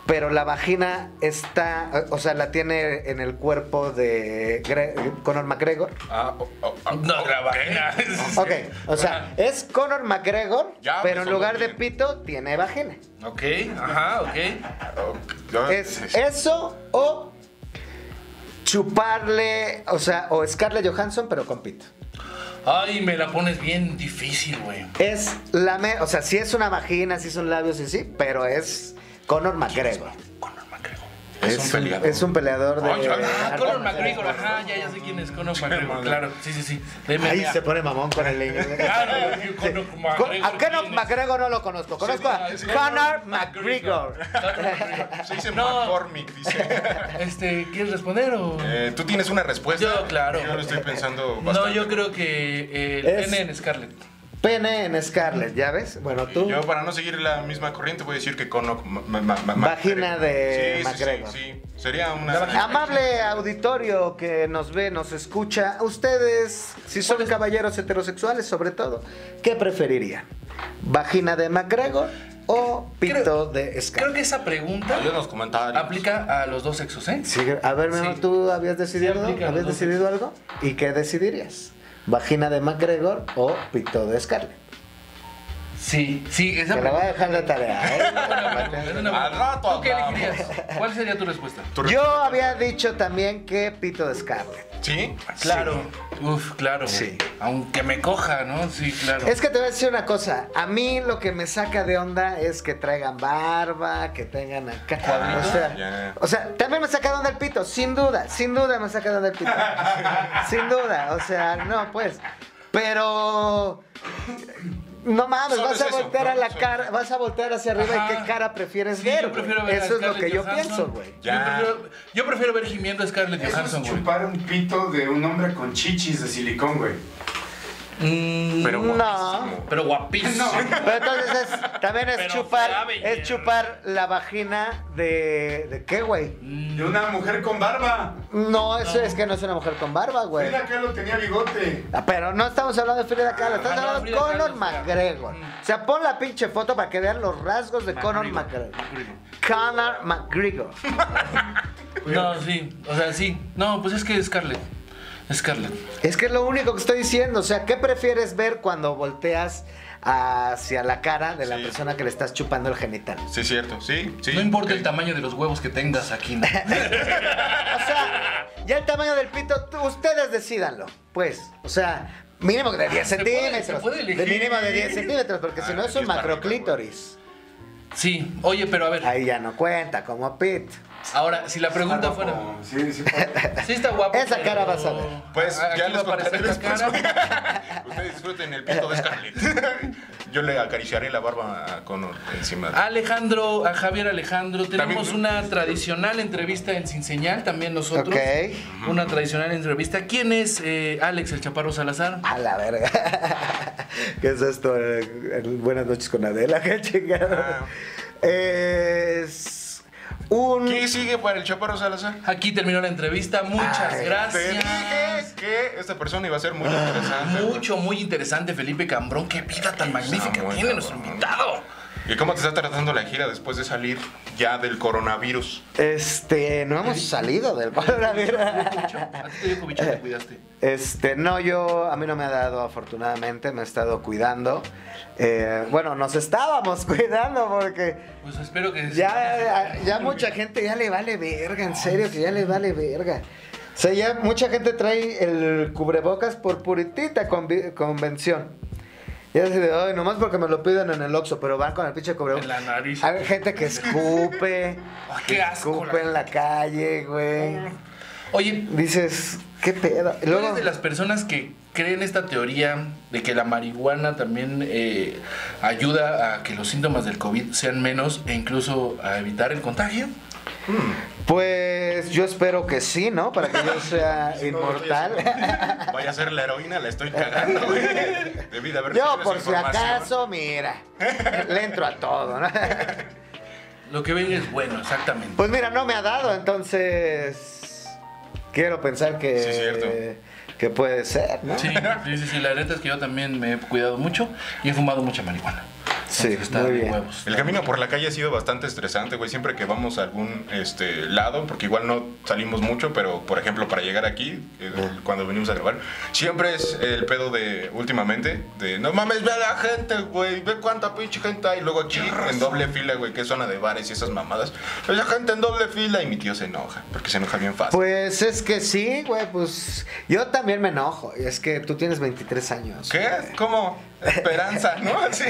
[SPEAKER 4] pero la vagina está, o sea, la tiene en el cuerpo de Gre- Conor McGregor.
[SPEAKER 5] Ah, oh, oh, ah,
[SPEAKER 3] No, la vagina.
[SPEAKER 4] Ok, o sea, es Conor McGregor,
[SPEAKER 5] Ya, pues,
[SPEAKER 4] pero en lugar de
[SPEAKER 5] hombre, bien.
[SPEAKER 4] pito tiene vagina.
[SPEAKER 3] Ok, ajá, ok.
[SPEAKER 5] ah, sí,
[SPEAKER 4] ¿Es
[SPEAKER 5] sí.
[SPEAKER 4] eso o chuparle, o sea, o Scarlett Johansson, pero con pito?
[SPEAKER 3] Ay, me la pones bien difícil, güey.
[SPEAKER 4] Es la, me- o sea, sí es una vagina, sí son labios y sí, pero es Conor McGregor.
[SPEAKER 3] Conor McGregor.
[SPEAKER 5] Es un peleador.
[SPEAKER 4] Es un peleador de...
[SPEAKER 5] Ay,
[SPEAKER 3] Ah,
[SPEAKER 5] ah,
[SPEAKER 3] Conor McGregor, ajá, ya, ya sé quién es Conor McGregor. Claro, sí, sí, sí. De
[SPEAKER 4] Ahí
[SPEAKER 3] MMA.
[SPEAKER 4] se pone mamón con el inglés.
[SPEAKER 3] Claro, güey, Conor McGregor.
[SPEAKER 4] a Conor
[SPEAKER 3] ¿quién es?
[SPEAKER 4] McGregor no lo conozco. Conozco a
[SPEAKER 5] Sí, sí,
[SPEAKER 4] Conor McGregor.
[SPEAKER 5] Se dice
[SPEAKER 3] No.
[SPEAKER 5] McCormick, dice.
[SPEAKER 3] Este, ¿quieres responder o...?
[SPEAKER 5] Eh, Tú tienes una respuesta.
[SPEAKER 3] Yo, claro.
[SPEAKER 5] Yo lo estoy pensando
[SPEAKER 3] No,
[SPEAKER 5] bastante.
[SPEAKER 3] yo creo que eh, el
[SPEAKER 4] Es-
[SPEAKER 3] N en Scarlett.
[SPEAKER 4] Pene en Scarlett, ¿ya ves? Bueno, tú.
[SPEAKER 5] Yo, para no seguir la misma corriente, voy a decir que Connock. ma- ma- ma-
[SPEAKER 4] Vagina
[SPEAKER 5] McGregor.
[SPEAKER 4] de
[SPEAKER 5] Sí, sí,
[SPEAKER 4] McGregor.
[SPEAKER 5] Sí, sí. Sería una.
[SPEAKER 4] Amable auditorio que nos ve, nos escucha, ustedes, si son caballeros heterosexuales sobre todo, ¿qué preferirían? ¿Vagina de McGregor o pito
[SPEAKER 3] Creo-
[SPEAKER 4] de
[SPEAKER 3] Creo
[SPEAKER 4] Scarlett?
[SPEAKER 3] que esa pregunta
[SPEAKER 5] Ah, Yo en los comentarios.
[SPEAKER 3] aplica a los dos sexos, ¿eh?
[SPEAKER 4] Sí, a ver, Memo,
[SPEAKER 3] Sí.
[SPEAKER 4] ¿tú habías decidido,
[SPEAKER 3] aplica
[SPEAKER 4] habías
[SPEAKER 3] los dos
[SPEAKER 4] decidido algo? ¿Y qué decidirías? ¿Vagina de McGregor o pito de Scarlett?
[SPEAKER 3] Sí, sí, esa
[SPEAKER 4] Te la voy a
[SPEAKER 3] pregunta.
[SPEAKER 4] dejar de
[SPEAKER 3] [LAUGHS]
[SPEAKER 4] tarea, ¿eh?
[SPEAKER 3] Es una buena-
[SPEAKER 5] Al rato
[SPEAKER 3] ¿Tú qué
[SPEAKER 5] hablamos.
[SPEAKER 3] elegirías? ¿Cuál sería tu respuesta?
[SPEAKER 4] Yo había dicho también que pito de Scarlett.
[SPEAKER 5] Sí,
[SPEAKER 3] Uf, claro. güey.
[SPEAKER 4] Sí.
[SPEAKER 3] Aunque me coja, ¿no? Sí, claro.
[SPEAKER 4] Es que te voy a decir una cosa. A mí lo que me saca de onda es que traigan barba, que tengan acá.
[SPEAKER 5] Cuadritos.
[SPEAKER 4] O sea,
[SPEAKER 5] Ah, Ya.
[SPEAKER 4] o sea, también me saca de onda el pito, sin duda, sin duda me saca de onda el pito. sin duda, o sea, no, pues. Pero. No mames,
[SPEAKER 5] Solo
[SPEAKER 4] vas
[SPEAKER 5] es
[SPEAKER 4] a
[SPEAKER 5] eso,
[SPEAKER 4] voltear a
[SPEAKER 5] ¿no?
[SPEAKER 4] la
[SPEAKER 5] Solo-
[SPEAKER 4] cara, vas a voltear hacia arriba y
[SPEAKER 3] Ajá.
[SPEAKER 4] qué cara prefieres
[SPEAKER 3] Sí,
[SPEAKER 4] ver.
[SPEAKER 3] yo prefiero
[SPEAKER 4] güey.
[SPEAKER 3] ver a
[SPEAKER 4] Eso es lo que
[SPEAKER 3] Scarlett
[SPEAKER 4] yo
[SPEAKER 3] Johansson.
[SPEAKER 4] pienso, güey.
[SPEAKER 3] Yo
[SPEAKER 5] Ya.
[SPEAKER 3] prefiero, yo prefiero ver gimiendo a Scarlett
[SPEAKER 6] Eso es
[SPEAKER 3] Johansson, güey.
[SPEAKER 6] chupar un pito de un hombre con chichis de silicón, güey.
[SPEAKER 3] Mm,
[SPEAKER 5] Pero
[SPEAKER 4] No.
[SPEAKER 5] guapísimo.
[SPEAKER 3] pero
[SPEAKER 4] [LAUGHS]
[SPEAKER 3] guapísimo.
[SPEAKER 4] Pero entonces es- también es
[SPEAKER 3] Pero
[SPEAKER 4] chupar,
[SPEAKER 3] sabe,
[SPEAKER 4] es chupar la vagina de, de qué, güey.
[SPEAKER 6] De una mujer con barba.
[SPEAKER 4] No, eso es que no es una mujer con barba, güey.
[SPEAKER 6] Frida Kahlo tenía bigote.
[SPEAKER 4] Ah, Pero no estamos hablando de Frida Kahlo, estamos
[SPEAKER 3] Ah, no,
[SPEAKER 4] hablando de
[SPEAKER 3] Frida
[SPEAKER 4] Conor
[SPEAKER 3] Kahlo, Mm. Frida.
[SPEAKER 4] McGregor. O sea, pon la pinche foto para que vean los rasgos de Conor
[SPEAKER 3] McGregor,
[SPEAKER 4] McGregor. Conor McGregor.
[SPEAKER 3] No, sí. O sea, sí. No, pues es que Scarlett. Scarlett.
[SPEAKER 4] Es que es lo único que estoy diciendo. O sea, ¿qué prefieres ver cuando volteas hacia la cara de la
[SPEAKER 5] Sí.
[SPEAKER 4] persona que le estás chupando el genital?
[SPEAKER 5] Sí, cierto. Sí, sí.
[SPEAKER 3] no importa
[SPEAKER 5] Ok.
[SPEAKER 3] el tamaño de los huevos que tengas aquí,
[SPEAKER 4] [LAUGHS]
[SPEAKER 3] ¿no?
[SPEAKER 4] O sea, ya el tamaño del pito, tú- ustedes decídanlo. Pues, o sea, mínimo de 10
[SPEAKER 3] Se puede-
[SPEAKER 4] centímetros.
[SPEAKER 3] se puede
[SPEAKER 4] de
[SPEAKER 3] elegir.
[SPEAKER 4] mínimo de 10 centímetros, porque si
[SPEAKER 5] Ah,
[SPEAKER 4] no es
[SPEAKER 5] aquí
[SPEAKER 4] un
[SPEAKER 5] es para arriba, güey.
[SPEAKER 3] pues.
[SPEAKER 4] macroclítoris.
[SPEAKER 3] Sí. Oye, pero a ver.
[SPEAKER 4] Ahí ya no cuenta, como pit.
[SPEAKER 3] Ahora, si la pregunta
[SPEAKER 6] Barba
[SPEAKER 3] fuera.
[SPEAKER 6] con- Ah, Sí,
[SPEAKER 4] [LAUGHS]
[SPEAKER 6] sí. para-
[SPEAKER 3] Sí está guapo.
[SPEAKER 4] Esa
[SPEAKER 3] pero-
[SPEAKER 4] cara vas a ver.
[SPEAKER 5] Pues
[SPEAKER 3] Ah,
[SPEAKER 5] ya
[SPEAKER 3] aquí
[SPEAKER 5] les
[SPEAKER 3] va a aparecer
[SPEAKER 5] contaré
[SPEAKER 3] la
[SPEAKER 5] después.
[SPEAKER 3] cara.
[SPEAKER 5] [LAUGHS] Ustedes disfruten el pito de Scarlett.
[SPEAKER 3] [LAUGHS]
[SPEAKER 5] Yo le acariciaré la barba a Conor encima.
[SPEAKER 3] Ah. Alejandro, a Javier Alejandro, tenemos
[SPEAKER 5] También-
[SPEAKER 3] una tradicional entrevista en Sin Señal, también nosotros.
[SPEAKER 4] Ok.
[SPEAKER 3] Una tradicional entrevista. ¿Quién es eh, Alex el Chaparro Salazar?
[SPEAKER 4] A la verga. [LAUGHS] ¿Qué es esto? Eh, Buenas noches con Adela, [LAUGHS] qué chingada.
[SPEAKER 5] Ah.
[SPEAKER 4] Es un.
[SPEAKER 5] ¿Qué sigue para el Chaparro Salazar?
[SPEAKER 3] Aquí terminó la entrevista. Muchas
[SPEAKER 4] Ay,
[SPEAKER 5] Te dije
[SPEAKER 3] gracias. Ah,
[SPEAKER 5] que esta persona iba a ser muy interesante. güey.
[SPEAKER 3] Mucho, muy interesante, Felipe Cambrón. Qué vida tan magnífica
[SPEAKER 5] muy
[SPEAKER 3] tiene nuestro
[SPEAKER 5] cabrón.
[SPEAKER 3] invitado.
[SPEAKER 5] ¿Y cómo te está tratando la gira después de salir ya del coronavirus?
[SPEAKER 4] Este, no hemos salido del coronavirus.
[SPEAKER 3] ¿A ti te dio cobicho te cuidaste?
[SPEAKER 4] Este, no, yo, a mí no me ha dado, afortunadamente, me he estado cuidando. Eh, bueno, nos estábamos [LAUGHS] cuidando porque.
[SPEAKER 3] Pues espero que.
[SPEAKER 4] Ya, ya mucha gente ya le vale verga, en serio, que ya le vale verga. O sea, ya mucha gente trae el cubrebocas por puritita convi- convención. Ya se de, ay, nomás porque me lo piden en el Oxxo, pero van con el pinche cubrebocas.
[SPEAKER 3] En la nariz.
[SPEAKER 4] Hay gente
[SPEAKER 3] [LAUGHS]
[SPEAKER 4] que escupe,
[SPEAKER 3] Ah,
[SPEAKER 4] que
[SPEAKER 3] qué asco, la
[SPEAKER 4] escupe en la calle, güey.
[SPEAKER 3] Oye,
[SPEAKER 4] Dices, qué pedo. Y
[SPEAKER 3] ¿Tú
[SPEAKER 4] Luego,
[SPEAKER 3] eres de las personas que creen esta teoría de que la marihuana también eh, ayuda a que los síntomas del COVID sean menos e incluso a evitar el contagio?
[SPEAKER 4] pues yo espero que sí, ¿no? Para que
[SPEAKER 3] [LAUGHS]
[SPEAKER 4] yo sea inmortal.
[SPEAKER 5] Vaya a ser la heroína, la estoy cagando, güey. Debí de haber
[SPEAKER 4] [LAUGHS] Yo,
[SPEAKER 5] recibido
[SPEAKER 4] por
[SPEAKER 5] esa
[SPEAKER 4] si
[SPEAKER 5] información.
[SPEAKER 4] acaso, mira, le entro a
[SPEAKER 3] [LAUGHS]
[SPEAKER 4] todo, ¿no?
[SPEAKER 3] Lo que ven es bueno, exactamente.
[SPEAKER 4] Pues mira, no me ha dado, entonces quiero pensar que,
[SPEAKER 5] Sí, cierto.
[SPEAKER 4] que puede ser, ¿no?
[SPEAKER 3] Sí, sí, sí, sí, la neta es que yo también me he cuidado mucho y he fumado mucha marihuana.
[SPEAKER 4] Sí,
[SPEAKER 3] Entonces, está
[SPEAKER 4] muy
[SPEAKER 3] de
[SPEAKER 4] bien.
[SPEAKER 3] huevos.
[SPEAKER 5] El camino por la calle ha sido bastante estresante, güey. Siempre que vamos a algún este, lado, porque igual no salimos mucho, pero por ejemplo, para llegar aquí, eh, cuando venimos a grabar, siempre es el pedo de últimamente, de no mames, ve a la gente, güey, ve cuánta pinche gente hay. Luego aquí en doble fila, güey, que es zona de bares y esas mamadas, ve la gente en doble fila y mi tío se enoja, porque se enoja bien fácil.
[SPEAKER 4] Pues es que sí, güey, pues yo también me enojo. y Es que tú tienes 23 años.
[SPEAKER 5] ¿Qué? ¿Cómo? Esperanza, ¿no? [LAUGHS] Así.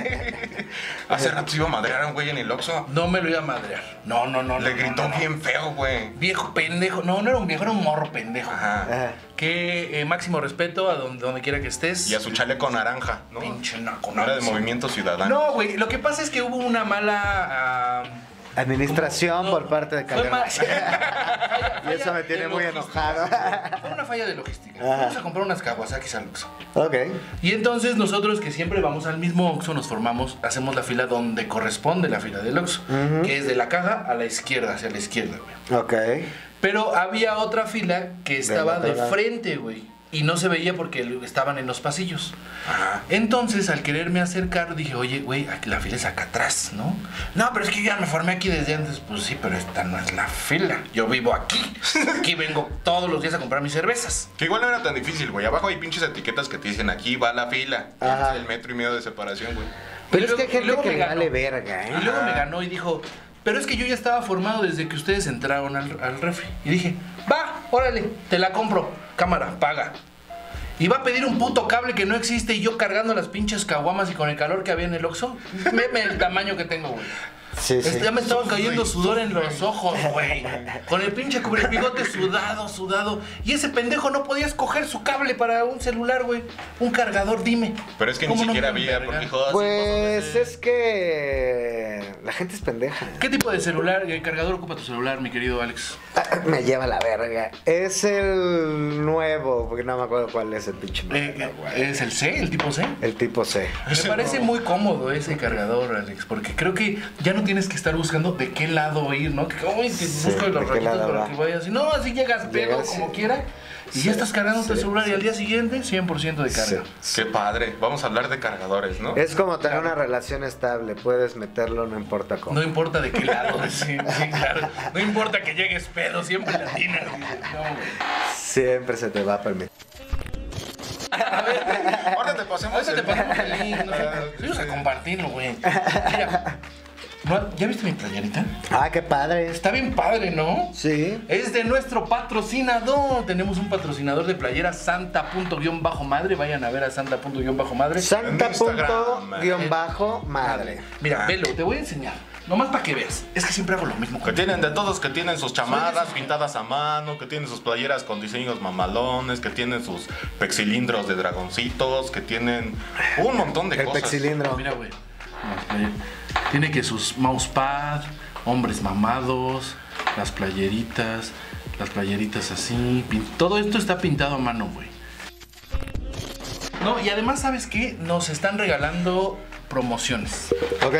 [SPEAKER 5] Hace rato iba a madrear a un güey en el Oxxo.
[SPEAKER 3] No me lo iba a madrear. No, no, no. no,
[SPEAKER 5] Le
[SPEAKER 3] no,
[SPEAKER 5] gritó
[SPEAKER 3] no, no.
[SPEAKER 5] bien feo, güey.
[SPEAKER 3] Viejo pendejo. No, no era un viejo, era un morro pendejo.
[SPEAKER 5] Ajá.
[SPEAKER 4] Ajá.
[SPEAKER 3] Que eh, máximo respeto a donde, donde quiera que estés.
[SPEAKER 5] Y a su chaleco naranja, ¿no?
[SPEAKER 3] Pinche naco,
[SPEAKER 5] No era de
[SPEAKER 3] sí.
[SPEAKER 5] Movimiento Ciudadano.
[SPEAKER 3] No, güey, lo que pasa es que hubo una mala ah,
[SPEAKER 4] Administración
[SPEAKER 3] no,
[SPEAKER 4] por parte de
[SPEAKER 3] fue
[SPEAKER 4] Calderón.
[SPEAKER 3] ma- [LAUGHS] falla- falla falla
[SPEAKER 4] Eso me tiene
[SPEAKER 3] de
[SPEAKER 4] muy
[SPEAKER 3] logística.
[SPEAKER 4] enojado. [LAUGHS]
[SPEAKER 3] Fue una falla de logística.
[SPEAKER 4] Ajá.
[SPEAKER 3] Vamos a comprar unas Kawasaki al Oxxo.
[SPEAKER 4] ok.
[SPEAKER 3] Y entonces nosotros que siempre vamos al mismo Oxxo, nos formamos, hacemos la fila donde corresponde la fila del Oxxo, que es de la caja a la izquierda, hacia la izquierda, güey.
[SPEAKER 4] Ok.
[SPEAKER 3] Pero había otra fila que estaba
[SPEAKER 4] otro
[SPEAKER 3] de
[SPEAKER 4] lado.
[SPEAKER 3] frente, güey. Y no se veía porque lo- estaban en los pasillos. Entonces, al quererme acercar, dije, oye, güey, aquí la fila es acá atrás, ¿no? No, pero es que yo ya me formé aquí desde antes. Pues sí, pero esta no es la fila. Yo vivo aquí.
[SPEAKER 4] [LAUGHS]
[SPEAKER 3] Aquí vengo todos los días a comprar mis cervezas.
[SPEAKER 5] Que igual no era tan difícil, güey. Abajo hay pinches etiquetas que te dicen aquí va la fila.
[SPEAKER 4] Ajá.
[SPEAKER 5] El metro y medio de separación, güey.
[SPEAKER 4] Pero
[SPEAKER 3] Y
[SPEAKER 4] es que hay
[SPEAKER 3] luego- y luego
[SPEAKER 4] gente que
[SPEAKER 3] me
[SPEAKER 4] le
[SPEAKER 3] ganó.
[SPEAKER 4] vale verga,
[SPEAKER 3] Y
[SPEAKER 4] ¿eh?
[SPEAKER 3] luego me ganó y dijo, pero es que yo ya estaba formado desde que ustedes entraron al, al refri. Y dije, va, órale, te la compro. Cámara, paga. Y va a pedir un puto cable que no existe y yo cargando las pinches caguamas y con el calor que había en el Oxxo. Veme el tamaño que tengo, güey.
[SPEAKER 4] Sí, sí.
[SPEAKER 3] Este, ya me estaba cayendo sudor en los ojos, güey. Con el pinche bigote sudado, sudado. Y ese pendejo no podía escoger su cable para un celular, güey. Un cargador, dime.
[SPEAKER 5] Pero es que ni
[SPEAKER 3] ¿Cómo no
[SPEAKER 5] siquiera
[SPEAKER 3] me
[SPEAKER 5] había,
[SPEAKER 3] verga?
[SPEAKER 5] porque jodas.
[SPEAKER 4] Pues es que la gente es pendeja.
[SPEAKER 3] ¿Qué tipo de celular, eh, cargador ocupa tu celular, mi querido Alex?
[SPEAKER 4] Ah, [LAUGHS] Me lleva la verga. Es el nuevo, porque no me acuerdo cuál es el pinche
[SPEAKER 3] Eh,
[SPEAKER 4] modelo, güey.
[SPEAKER 3] eh, ¿Es el C, el tipo C?
[SPEAKER 4] El tipo C.
[SPEAKER 3] Me parece muy cómodo ese cargador, Alex, porque creo que ya no tienes que estar buscando de qué lado ir, ¿no? Que, uy, que busco
[SPEAKER 4] ¿de
[SPEAKER 3] los
[SPEAKER 4] qué
[SPEAKER 3] rayitos
[SPEAKER 4] lado
[SPEAKER 3] para
[SPEAKER 4] va?
[SPEAKER 3] que vayas. No, así llegas, pego
[SPEAKER 4] Llegas,
[SPEAKER 3] como
[SPEAKER 4] sí.
[SPEAKER 3] quiera y ya estás cargando tu
[SPEAKER 4] sí,
[SPEAKER 3] celular y al día siguiente 100% de carga.
[SPEAKER 5] Qué padre. Vamos a hablar de cargadores, ¿no?
[SPEAKER 4] Es como tener una relación estable, puedes meterlo, no importa cómo.
[SPEAKER 3] No importa de qué lado, [LAUGHS] sí, sí, claro. No importa que llegues pedo, siempre latina. No, güey.
[SPEAKER 4] Siempre se te va a permitir.
[SPEAKER 3] a ver,
[SPEAKER 5] Ahora te pasemos
[SPEAKER 3] Ahorita te
[SPEAKER 5] el- [LAUGHS]
[SPEAKER 3] ponemos el link,
[SPEAKER 4] [LAUGHS]
[SPEAKER 3] no sé.
[SPEAKER 5] Ah,
[SPEAKER 3] Vamos a
[SPEAKER 5] sí.
[SPEAKER 3] compartirlo, güey. Mira. ¿no? ¿Ya viste mi playerita?
[SPEAKER 4] Ah, qué padre.
[SPEAKER 3] Está bien padre, ¿no?
[SPEAKER 4] Sí.
[SPEAKER 3] Es de nuestro patrocinador. Tenemos un patrocinador de playera santa.-madre. Vayan a ver a santa.-madre.
[SPEAKER 4] Santa
[SPEAKER 5] En
[SPEAKER 4] punto
[SPEAKER 3] eh.
[SPEAKER 5] Instagram,
[SPEAKER 4] guión bajo madre.
[SPEAKER 3] Mira, velo, te voy a enseñar. Nomás para que veas. Es que siempre hago lo mismo.
[SPEAKER 5] Que tienen de todos, que tienen sus chamadas pintadas a mano, que tienen sus playeras con diseños mamalones, que tienen sus pexilindros de dragoncitos, que tienen un montón de
[SPEAKER 4] El
[SPEAKER 5] cosas.
[SPEAKER 4] pexilindro.
[SPEAKER 3] Mira, güey. Las playeras. Tiene que sus mousepad, hombres mamados, las playeritas, las playeritas así. pin- Todo esto está pintado a mano, güey. No, y además, ¿sabes qué? Nos están regalando promociones.
[SPEAKER 4] Ok.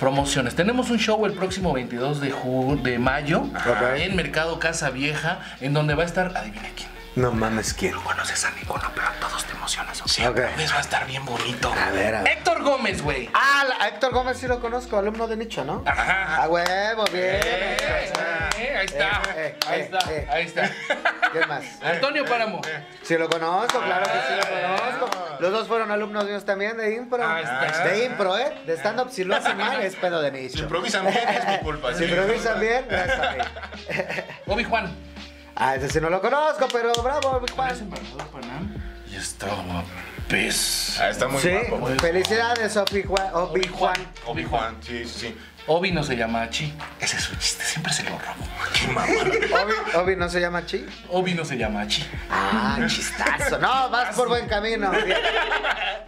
[SPEAKER 3] Promociones. Tenemos un show el próximo 22 de, ju- de mayo
[SPEAKER 4] Ajá.
[SPEAKER 3] en Mercado Casa Vieja, en donde va a estar, adivina quién.
[SPEAKER 4] No mames quién.
[SPEAKER 3] No conoces a ninguno, pero a todos te emocionas. ¿ok?
[SPEAKER 4] Ok.
[SPEAKER 3] Les va a estar bien bonito.
[SPEAKER 4] A ver, a ver.
[SPEAKER 3] Héctor Gómez, güey.
[SPEAKER 4] Ah, la- a Héctor Gómez sí lo conozco, alumno de nicho, ¿no?
[SPEAKER 3] Ajá.
[SPEAKER 4] A huevo, bien.
[SPEAKER 3] Eh, eh, ahí está,
[SPEAKER 4] Eh, eh,
[SPEAKER 3] ahí
[SPEAKER 4] eh,
[SPEAKER 3] está,
[SPEAKER 4] eh.
[SPEAKER 3] ahí está. Eh,
[SPEAKER 4] ¿Qué más?
[SPEAKER 3] Antonio Páramo.
[SPEAKER 4] Sí lo conozco, claro que sí lo conozco. Los dos fueron alumnos míos también de impro.
[SPEAKER 3] Ah, está.
[SPEAKER 4] De impro, ¿eh? De stand-up, si lo hacen mal, es pedo de
[SPEAKER 5] Si
[SPEAKER 4] nicho.
[SPEAKER 5] improvisan bien, es mi culpa.
[SPEAKER 4] Si
[SPEAKER 5] sí.
[SPEAKER 4] improvisan bien, no es a mí.
[SPEAKER 3] Obi Juan.
[SPEAKER 4] Ah, ese sí no lo conozco, pero bravo, mi
[SPEAKER 3] ¿Cuál es
[SPEAKER 4] Juan.
[SPEAKER 3] embajador Panam? Y pues. estaba pez.
[SPEAKER 5] Ah, está muy
[SPEAKER 4] Sí,
[SPEAKER 5] guapo, güey.
[SPEAKER 4] felicidades, Obi Juan. Obi Juan.
[SPEAKER 5] Obi-Wan, sí, sí, sí.
[SPEAKER 3] Obi no se llama Chi. Ese es su chiste, siempre se lo robo.
[SPEAKER 5] Qué mamada.
[SPEAKER 4] Obi, Obi no se llama Chi.
[SPEAKER 3] Obi no se llama Chi.
[SPEAKER 4] Ah, chistazo. No, vas por buen camino.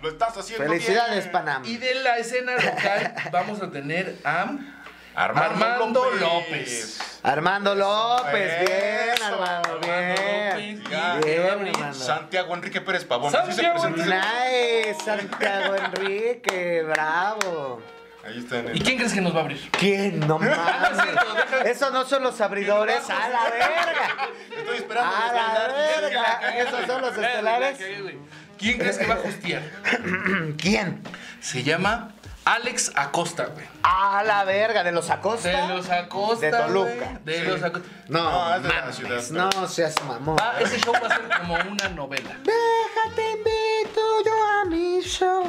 [SPEAKER 5] Lo estás haciendo
[SPEAKER 4] Felicidades,
[SPEAKER 5] bien.
[SPEAKER 4] Panam.
[SPEAKER 3] Y de la escena local vamos a tener a
[SPEAKER 5] Armando,
[SPEAKER 3] Armando
[SPEAKER 5] López.
[SPEAKER 4] Armando López, bien,
[SPEAKER 5] Eso,
[SPEAKER 4] Armando, bien.
[SPEAKER 3] López.
[SPEAKER 5] Ya.
[SPEAKER 4] Bien, Armando.
[SPEAKER 5] Santiago Enrique Pérez Pavón. así se
[SPEAKER 3] Santiago
[SPEAKER 5] presenta ese-
[SPEAKER 4] Nice, Santiago Enrique, bravo.
[SPEAKER 5] Ahí está en
[SPEAKER 3] ¿Y
[SPEAKER 5] el...
[SPEAKER 3] quién crees que nos va a abrir?
[SPEAKER 4] ¿Quién? [LAUGHS] No mames. Esos no son los abridores. ¡A la verga!
[SPEAKER 5] Estoy esperando.
[SPEAKER 4] ¡A la verga! Esos son
[SPEAKER 3] Eh,
[SPEAKER 4] los estelares.
[SPEAKER 3] ¿Quién crees que va a justiar?
[SPEAKER 4] [CLEARS THROAT] ¿Quién?
[SPEAKER 3] Se llama Alex Acosta, güey.
[SPEAKER 4] ¡A la verga! ¿De los
[SPEAKER 3] De
[SPEAKER 4] Acosta?
[SPEAKER 3] los Acosta.
[SPEAKER 4] De Toluca.
[SPEAKER 3] güey. De los Acosta.
[SPEAKER 4] No,
[SPEAKER 5] No, es de la
[SPEAKER 4] mames.
[SPEAKER 5] ciudad.
[SPEAKER 4] No seas mamón.
[SPEAKER 3] Ah, ese show va a ser como una novela.
[SPEAKER 4] Déjate invito yo a mi show.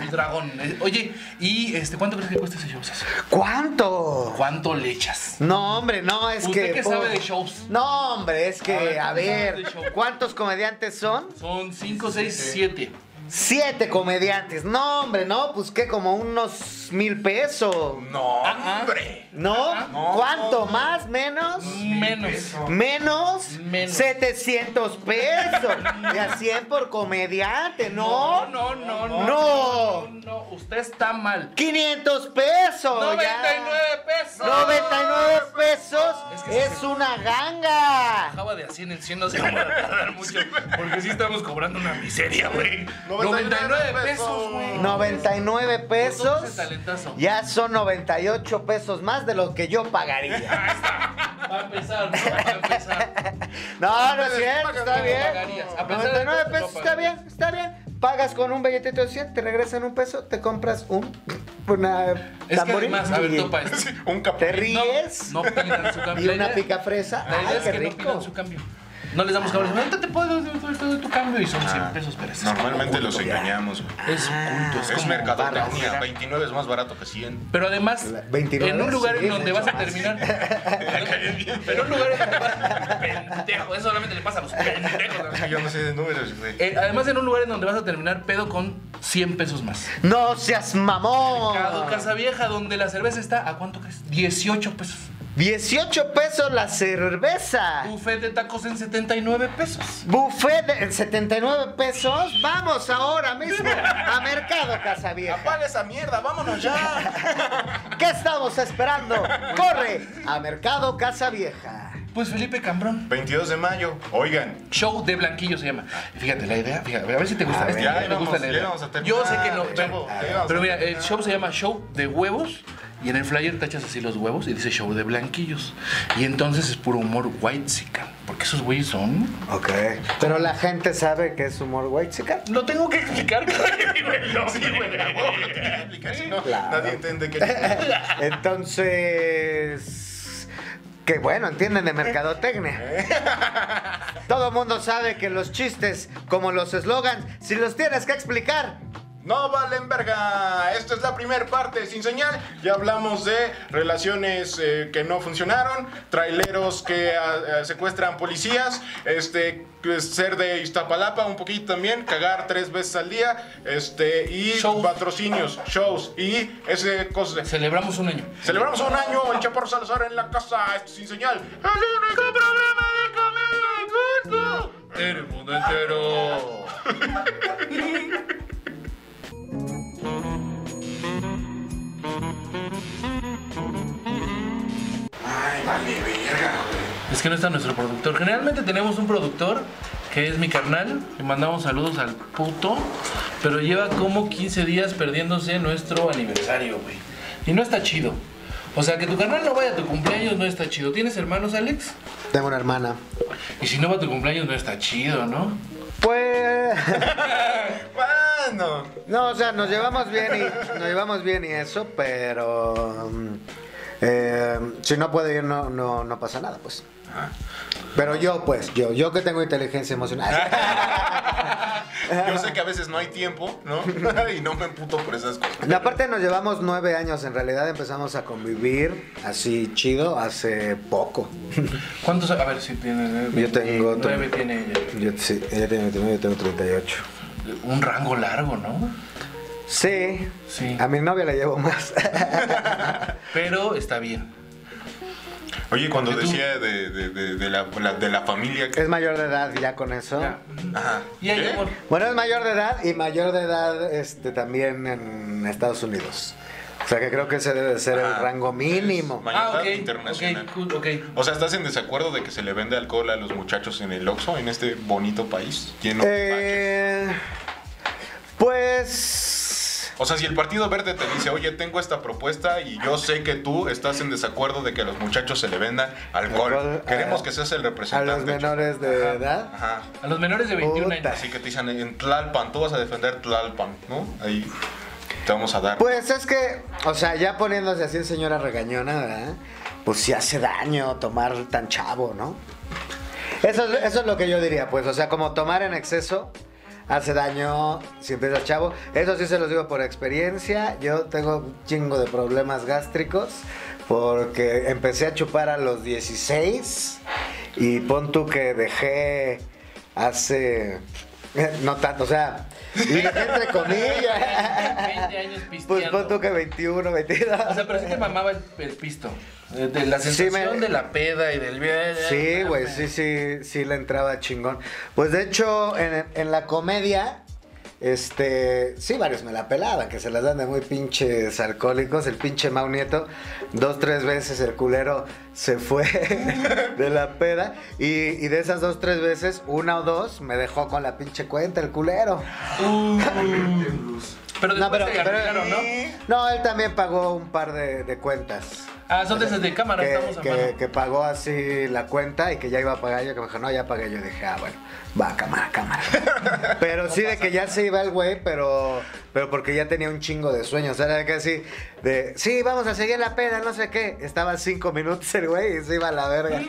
[SPEAKER 3] El dragón. Eh, Oye, ¿y este cuánto crees que cuesta ese show? Sasso?
[SPEAKER 4] ¿Cuánto?
[SPEAKER 3] ¿Cuánto le echas?
[SPEAKER 4] No, hombre, no, es
[SPEAKER 3] ¿Usted
[SPEAKER 4] que. oh.
[SPEAKER 3] qué
[SPEAKER 4] por-
[SPEAKER 3] sabe de shows?
[SPEAKER 4] No, hombre, es
[SPEAKER 3] A ver,
[SPEAKER 4] que, a
[SPEAKER 3] ¿qué
[SPEAKER 4] ver,
[SPEAKER 3] sabe de shows?
[SPEAKER 4] ¿cuántos comediantes son?
[SPEAKER 3] Son 5, 6, 7.
[SPEAKER 4] Siete comediantes. No, hombre, no, pues que como unos mil pesos.
[SPEAKER 5] No, hombre.
[SPEAKER 4] ¿No?
[SPEAKER 5] No,
[SPEAKER 4] ¿Cuánto?
[SPEAKER 5] no.
[SPEAKER 4] ¿Más? ¿Menos?
[SPEAKER 3] Menos.
[SPEAKER 4] Menos,
[SPEAKER 3] Menos.
[SPEAKER 4] 700 pesos. De a 100 por comediante, ¿no?
[SPEAKER 3] no, no.
[SPEAKER 4] No.
[SPEAKER 3] no, no, usted está mal.
[SPEAKER 4] 500 pesos. ya.
[SPEAKER 3] 99 pesos.
[SPEAKER 4] 99 pesos
[SPEAKER 3] Es
[SPEAKER 4] es,
[SPEAKER 3] que sí se-
[SPEAKER 4] una ganga.
[SPEAKER 3] Acaba de así en 100 no se van a [LAUGHS] tardar mucho. Porque sí estamos cobrando una miseria, güey. 99 pesos, güey.
[SPEAKER 4] 99
[SPEAKER 3] Nosotros es
[SPEAKER 4] pesos.
[SPEAKER 3] talentazo.
[SPEAKER 4] Ya son 98 pesos más de lo que yo pagaría.
[SPEAKER 3] Va a empezar, ¿no? Va a
[SPEAKER 4] [LAUGHS]
[SPEAKER 3] empezar.
[SPEAKER 4] No, no es cierto,
[SPEAKER 3] no
[SPEAKER 4] está
[SPEAKER 3] lo
[SPEAKER 4] bien.
[SPEAKER 3] pagarías. A pesar de
[SPEAKER 4] 99
[SPEAKER 3] todo, no
[SPEAKER 4] pesos, está
[SPEAKER 3] pagarías.
[SPEAKER 4] bien, está bien. Pagas con un billetito de 100, te regresan un peso, te compras un una
[SPEAKER 3] Es que
[SPEAKER 4] tamboril
[SPEAKER 3] además, a ver,
[SPEAKER 4] y
[SPEAKER 3] topa
[SPEAKER 4] [LAUGHS]
[SPEAKER 3] esto.
[SPEAKER 5] Un capullo.
[SPEAKER 4] te ríes
[SPEAKER 3] No, no pidan su cambio.
[SPEAKER 4] y
[SPEAKER 3] La
[SPEAKER 4] una
[SPEAKER 3] idea-
[SPEAKER 4] pica fresa.
[SPEAKER 3] La idea
[SPEAKER 4] Ay,
[SPEAKER 3] es
[SPEAKER 4] qué
[SPEAKER 3] que no pidan
[SPEAKER 4] rico.
[SPEAKER 3] su cambio. No les damos cambio. Ahorita te puedo dar tu cambio y son 100
[SPEAKER 4] Ah,
[SPEAKER 3] pesos, pero es
[SPEAKER 5] Normalmente los
[SPEAKER 4] ya.
[SPEAKER 5] engañamos, güey.
[SPEAKER 3] es oculto. Es
[SPEAKER 5] Es
[SPEAKER 3] como
[SPEAKER 5] mercadotecnia.
[SPEAKER 3] barra.
[SPEAKER 5] 29 es más barato que 100.
[SPEAKER 3] Pero además,
[SPEAKER 4] La- 29,
[SPEAKER 3] en un lugar
[SPEAKER 4] sí,
[SPEAKER 3] en donde
[SPEAKER 4] mucho
[SPEAKER 3] vas a
[SPEAKER 4] más. [LAUGHS]
[SPEAKER 3] terminar. en un lugar en donde vas. Pendejo, eso solamente le pasa a los pendejos.
[SPEAKER 5] Ah, Yo no sé de números, güey.
[SPEAKER 3] Eh, además, en un lugar en donde vas a terminar pedo con 100 pesos más.
[SPEAKER 4] No seas mamón.
[SPEAKER 3] Mercado Casa Vieja, donde la cerveza está, ¿a cuánto crees? 18 pesos.
[SPEAKER 4] 18 pesos la cerveza.
[SPEAKER 3] Buffet de tacos en 79 pesos.
[SPEAKER 4] Buffet de 79 pesos. Vamos ahora mismo a Mercado Casa Vieja.
[SPEAKER 5] Apaga esa mierda, vámonos [LAUGHS] ya.
[SPEAKER 4] ¿Qué estamos esperando? Corre a Mercado Casa Vieja.
[SPEAKER 3] Pues Felipe Cambrón.
[SPEAKER 5] 22 de mayo. Oigan,
[SPEAKER 3] Show de Blanquillo se llama. Fíjate la idea, fíjate, a ver si te gusta.
[SPEAKER 4] A
[SPEAKER 3] esta
[SPEAKER 4] ver,
[SPEAKER 3] idea,
[SPEAKER 5] ya
[SPEAKER 3] te
[SPEAKER 5] íbamos-
[SPEAKER 3] gusta la
[SPEAKER 5] ya
[SPEAKER 3] idea.
[SPEAKER 5] íbamos a terminar,
[SPEAKER 3] Yo sé que no,
[SPEAKER 5] chavo, ya
[SPEAKER 3] pero,
[SPEAKER 5] íbamos
[SPEAKER 3] pero
[SPEAKER 5] a
[SPEAKER 3] mira, el
[SPEAKER 5] terminar.
[SPEAKER 3] show se llama Show de Huevos y en el flyer tachas así los huevos y dice Show de Blanquillos. Y entonces es puro humor white porque esos güeyes son...
[SPEAKER 4] Ok. Pero la gente sabe que es humor white chica.
[SPEAKER 3] Lo tengo que explicar.
[SPEAKER 5] Ah, no,
[SPEAKER 4] Claro.
[SPEAKER 5] nadie entiende que.
[SPEAKER 4] Entonces. Que bueno, entienden de [LAUGHS] mercadotecnia. Todo mundo sabe que los chistes, como los eslogans, si los tienes que explicar,
[SPEAKER 5] [LAUGHS] No valen verga. Esta es la primera parte sin señal. Ya hablamos de relaciones eh, que no funcionaron, traileros que ah, ah, secuestran policías, este pues, ser de Iztapalapa un poquito también, cagar tres veces al día, este y
[SPEAKER 3] Shows.
[SPEAKER 5] patrocinios, shows y ese cosas. de-
[SPEAKER 3] Celebramos un año.
[SPEAKER 5] Celebramos un año el Chaparro Salazar en la casa esto es sin señal. El único programa de comedia de culto en el mundo entero.
[SPEAKER 6] Ay, vale, verga, güey.
[SPEAKER 3] Es que no está nuestro productor. Generalmente tenemos un productor que es mi carnal. Le mandamos saludos al puto. Pero lleva como 15 días perdiéndose nuestro aniversario, güey. Y no está chido. O sea, que tu carnal no vaya a tu cumpleaños no está chido. ¿Tienes hermanos, Alex?
[SPEAKER 4] tengo una hermana.
[SPEAKER 3] Y si no va a tu cumpleaños no está chido, ¿no?
[SPEAKER 4] Pues. [LAUGHS]
[SPEAKER 5] Bueno.
[SPEAKER 4] No, o sea, nos llevamos bien y nos llevamos bien y eso, pero mm, eh, si no puede ir no, no, no pasa nada, pues. Pero yo, pues, yo, yo que tengo inteligencia [LAUGHS] emocional.
[SPEAKER 5] Yo sé que a veces no hay tiempo, ¿no? [LAUGHS] y no me emputo por esas cosas.
[SPEAKER 4] Y aparte nos llevamos nueve años, en realidad empezamos a convivir así chido hace poco.
[SPEAKER 3] ¿Cuántos? A ver si tiene.
[SPEAKER 4] Yo tengo
[SPEAKER 3] 9
[SPEAKER 4] otro.
[SPEAKER 3] tiene eh,
[SPEAKER 4] Yo, sí, ella tiene 29, yo tengo 38.
[SPEAKER 3] un rango largo, ¿no?
[SPEAKER 4] Sí,
[SPEAKER 3] Sí.
[SPEAKER 4] a mi novia le llevo más. [LAUGHS]
[SPEAKER 3] Pero está bien.
[SPEAKER 5] Oye, cuando
[SPEAKER 3] Porque tú-
[SPEAKER 5] decía de, de- de- de la, la- de la familia que.
[SPEAKER 4] es mayor de edad ya con eso.
[SPEAKER 3] Ya.
[SPEAKER 5] Ajá. ¿Eh?
[SPEAKER 3] Y ahí,
[SPEAKER 5] ¿Qué?
[SPEAKER 3] amor.
[SPEAKER 4] Bueno, es mayor de edad y mayor de edad este, también en Estados Unidos. O sea que creo que ese debe de ser
[SPEAKER 5] Ah,
[SPEAKER 4] el rango mínimo.
[SPEAKER 5] es
[SPEAKER 3] Ah, ok.
[SPEAKER 5] internacional.
[SPEAKER 3] Ok, cool, ok.
[SPEAKER 5] O sea, ¿estás en desacuerdo de que se le vende alcohol a los muchachos en el Oxxo, en este bonito país lleno de
[SPEAKER 4] Eh, pues...
[SPEAKER 5] baches? O sea, si el Partido Verde te dice, oye, tengo esta propuesta y yo sé que tú estás en desacuerdo de que a los muchachos se le vendan alcohol,
[SPEAKER 4] Alcohol,
[SPEAKER 5] queremos
[SPEAKER 4] ah,
[SPEAKER 5] que seas el
[SPEAKER 4] A
[SPEAKER 5] representante.
[SPEAKER 4] los menores de edad.
[SPEAKER 5] Ajá.
[SPEAKER 3] A los menores de 21
[SPEAKER 4] Puta.
[SPEAKER 3] años.
[SPEAKER 5] Así que te dicen en Tlalpan, tú vas a defender Tlalpan, ¿no? Ahí te vamos a dar. [LAUGHS]
[SPEAKER 4] Pues es que, o sea, ya poniéndose así en señora regañona, ¿verdad? Pues sí hace daño tomar tan chavo, ¿no? Eso, es- eso es lo que yo diría, pues, o sea, como tomar en exceso hace daño si empiezas chavo. Eso sí se los digo por experiencia. Yo tengo un chingo de problemas gástricos porque empecé a chupar a los 16 y pon tú que dejé hace... eh, No tanto, o sea, [LAUGHS] y dejé entre comillas.
[SPEAKER 3] 20 años pisteando.
[SPEAKER 4] Pues pon tú que 21, 22.
[SPEAKER 3] O sea, pero sí te mamaba el, el pisto. De, de la
[SPEAKER 4] Sí,
[SPEAKER 3] sensación
[SPEAKER 4] me-
[SPEAKER 3] de la peda y del eh,
[SPEAKER 4] Sí, güey, sí, sí, sí le entraba chingón. Pues de hecho, en, en la comedia Este, sí, varios me la pelaban, que se las dan de muy pinches alcohólicos. El pinche Mau Nieto, dos, tres veces el culero se fue [LAUGHS] de la peda. Y, y de esas dos, tres veces, una o dos me dejó con la pinche cuenta el culero.
[SPEAKER 3] Uh. Ah, Pero
[SPEAKER 4] No,
[SPEAKER 3] después
[SPEAKER 4] pero,
[SPEAKER 3] te
[SPEAKER 4] pero-
[SPEAKER 3] arreglaron, ¿no?
[SPEAKER 4] no, él también pagó un par de, de cuentas.
[SPEAKER 3] Ah, son desde de cámara,
[SPEAKER 4] que,
[SPEAKER 3] estamos a
[SPEAKER 4] que-
[SPEAKER 3] mano.
[SPEAKER 4] que pagó así la cuenta y que ya iba a pagar yo, que me dijo, no, ya pagué. Yo dije, ah, bueno, va, cámara,
[SPEAKER 3] [LAUGHS]
[SPEAKER 4] cámara. pero sí, de que ya se iba el güey, pero, pero porque ya tenía un chingo de sueños. Era que así, de, sí, vamos a seguir la peda, no sé qué. Estaba cinco minutos el güey y se iba a la verga.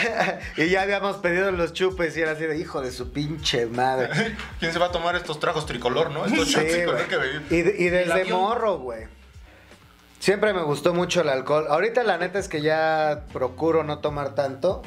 [SPEAKER 4] [LAUGHS] y ya habíamos pedido los chupes y era así de, hijo de su pinche madre.
[SPEAKER 5] ¿Quién se va a tomar estos tragos tricolor, no? Estos
[SPEAKER 4] Sí,
[SPEAKER 5] shots tricolor
[SPEAKER 4] güey.
[SPEAKER 5] que bebí.
[SPEAKER 4] y, de- y
[SPEAKER 3] El
[SPEAKER 4] desde
[SPEAKER 3] avión.
[SPEAKER 4] morro, güey. Siempre me gustó mucho el alcohol. Ahorita la neta es que ya procuro no tomar tanto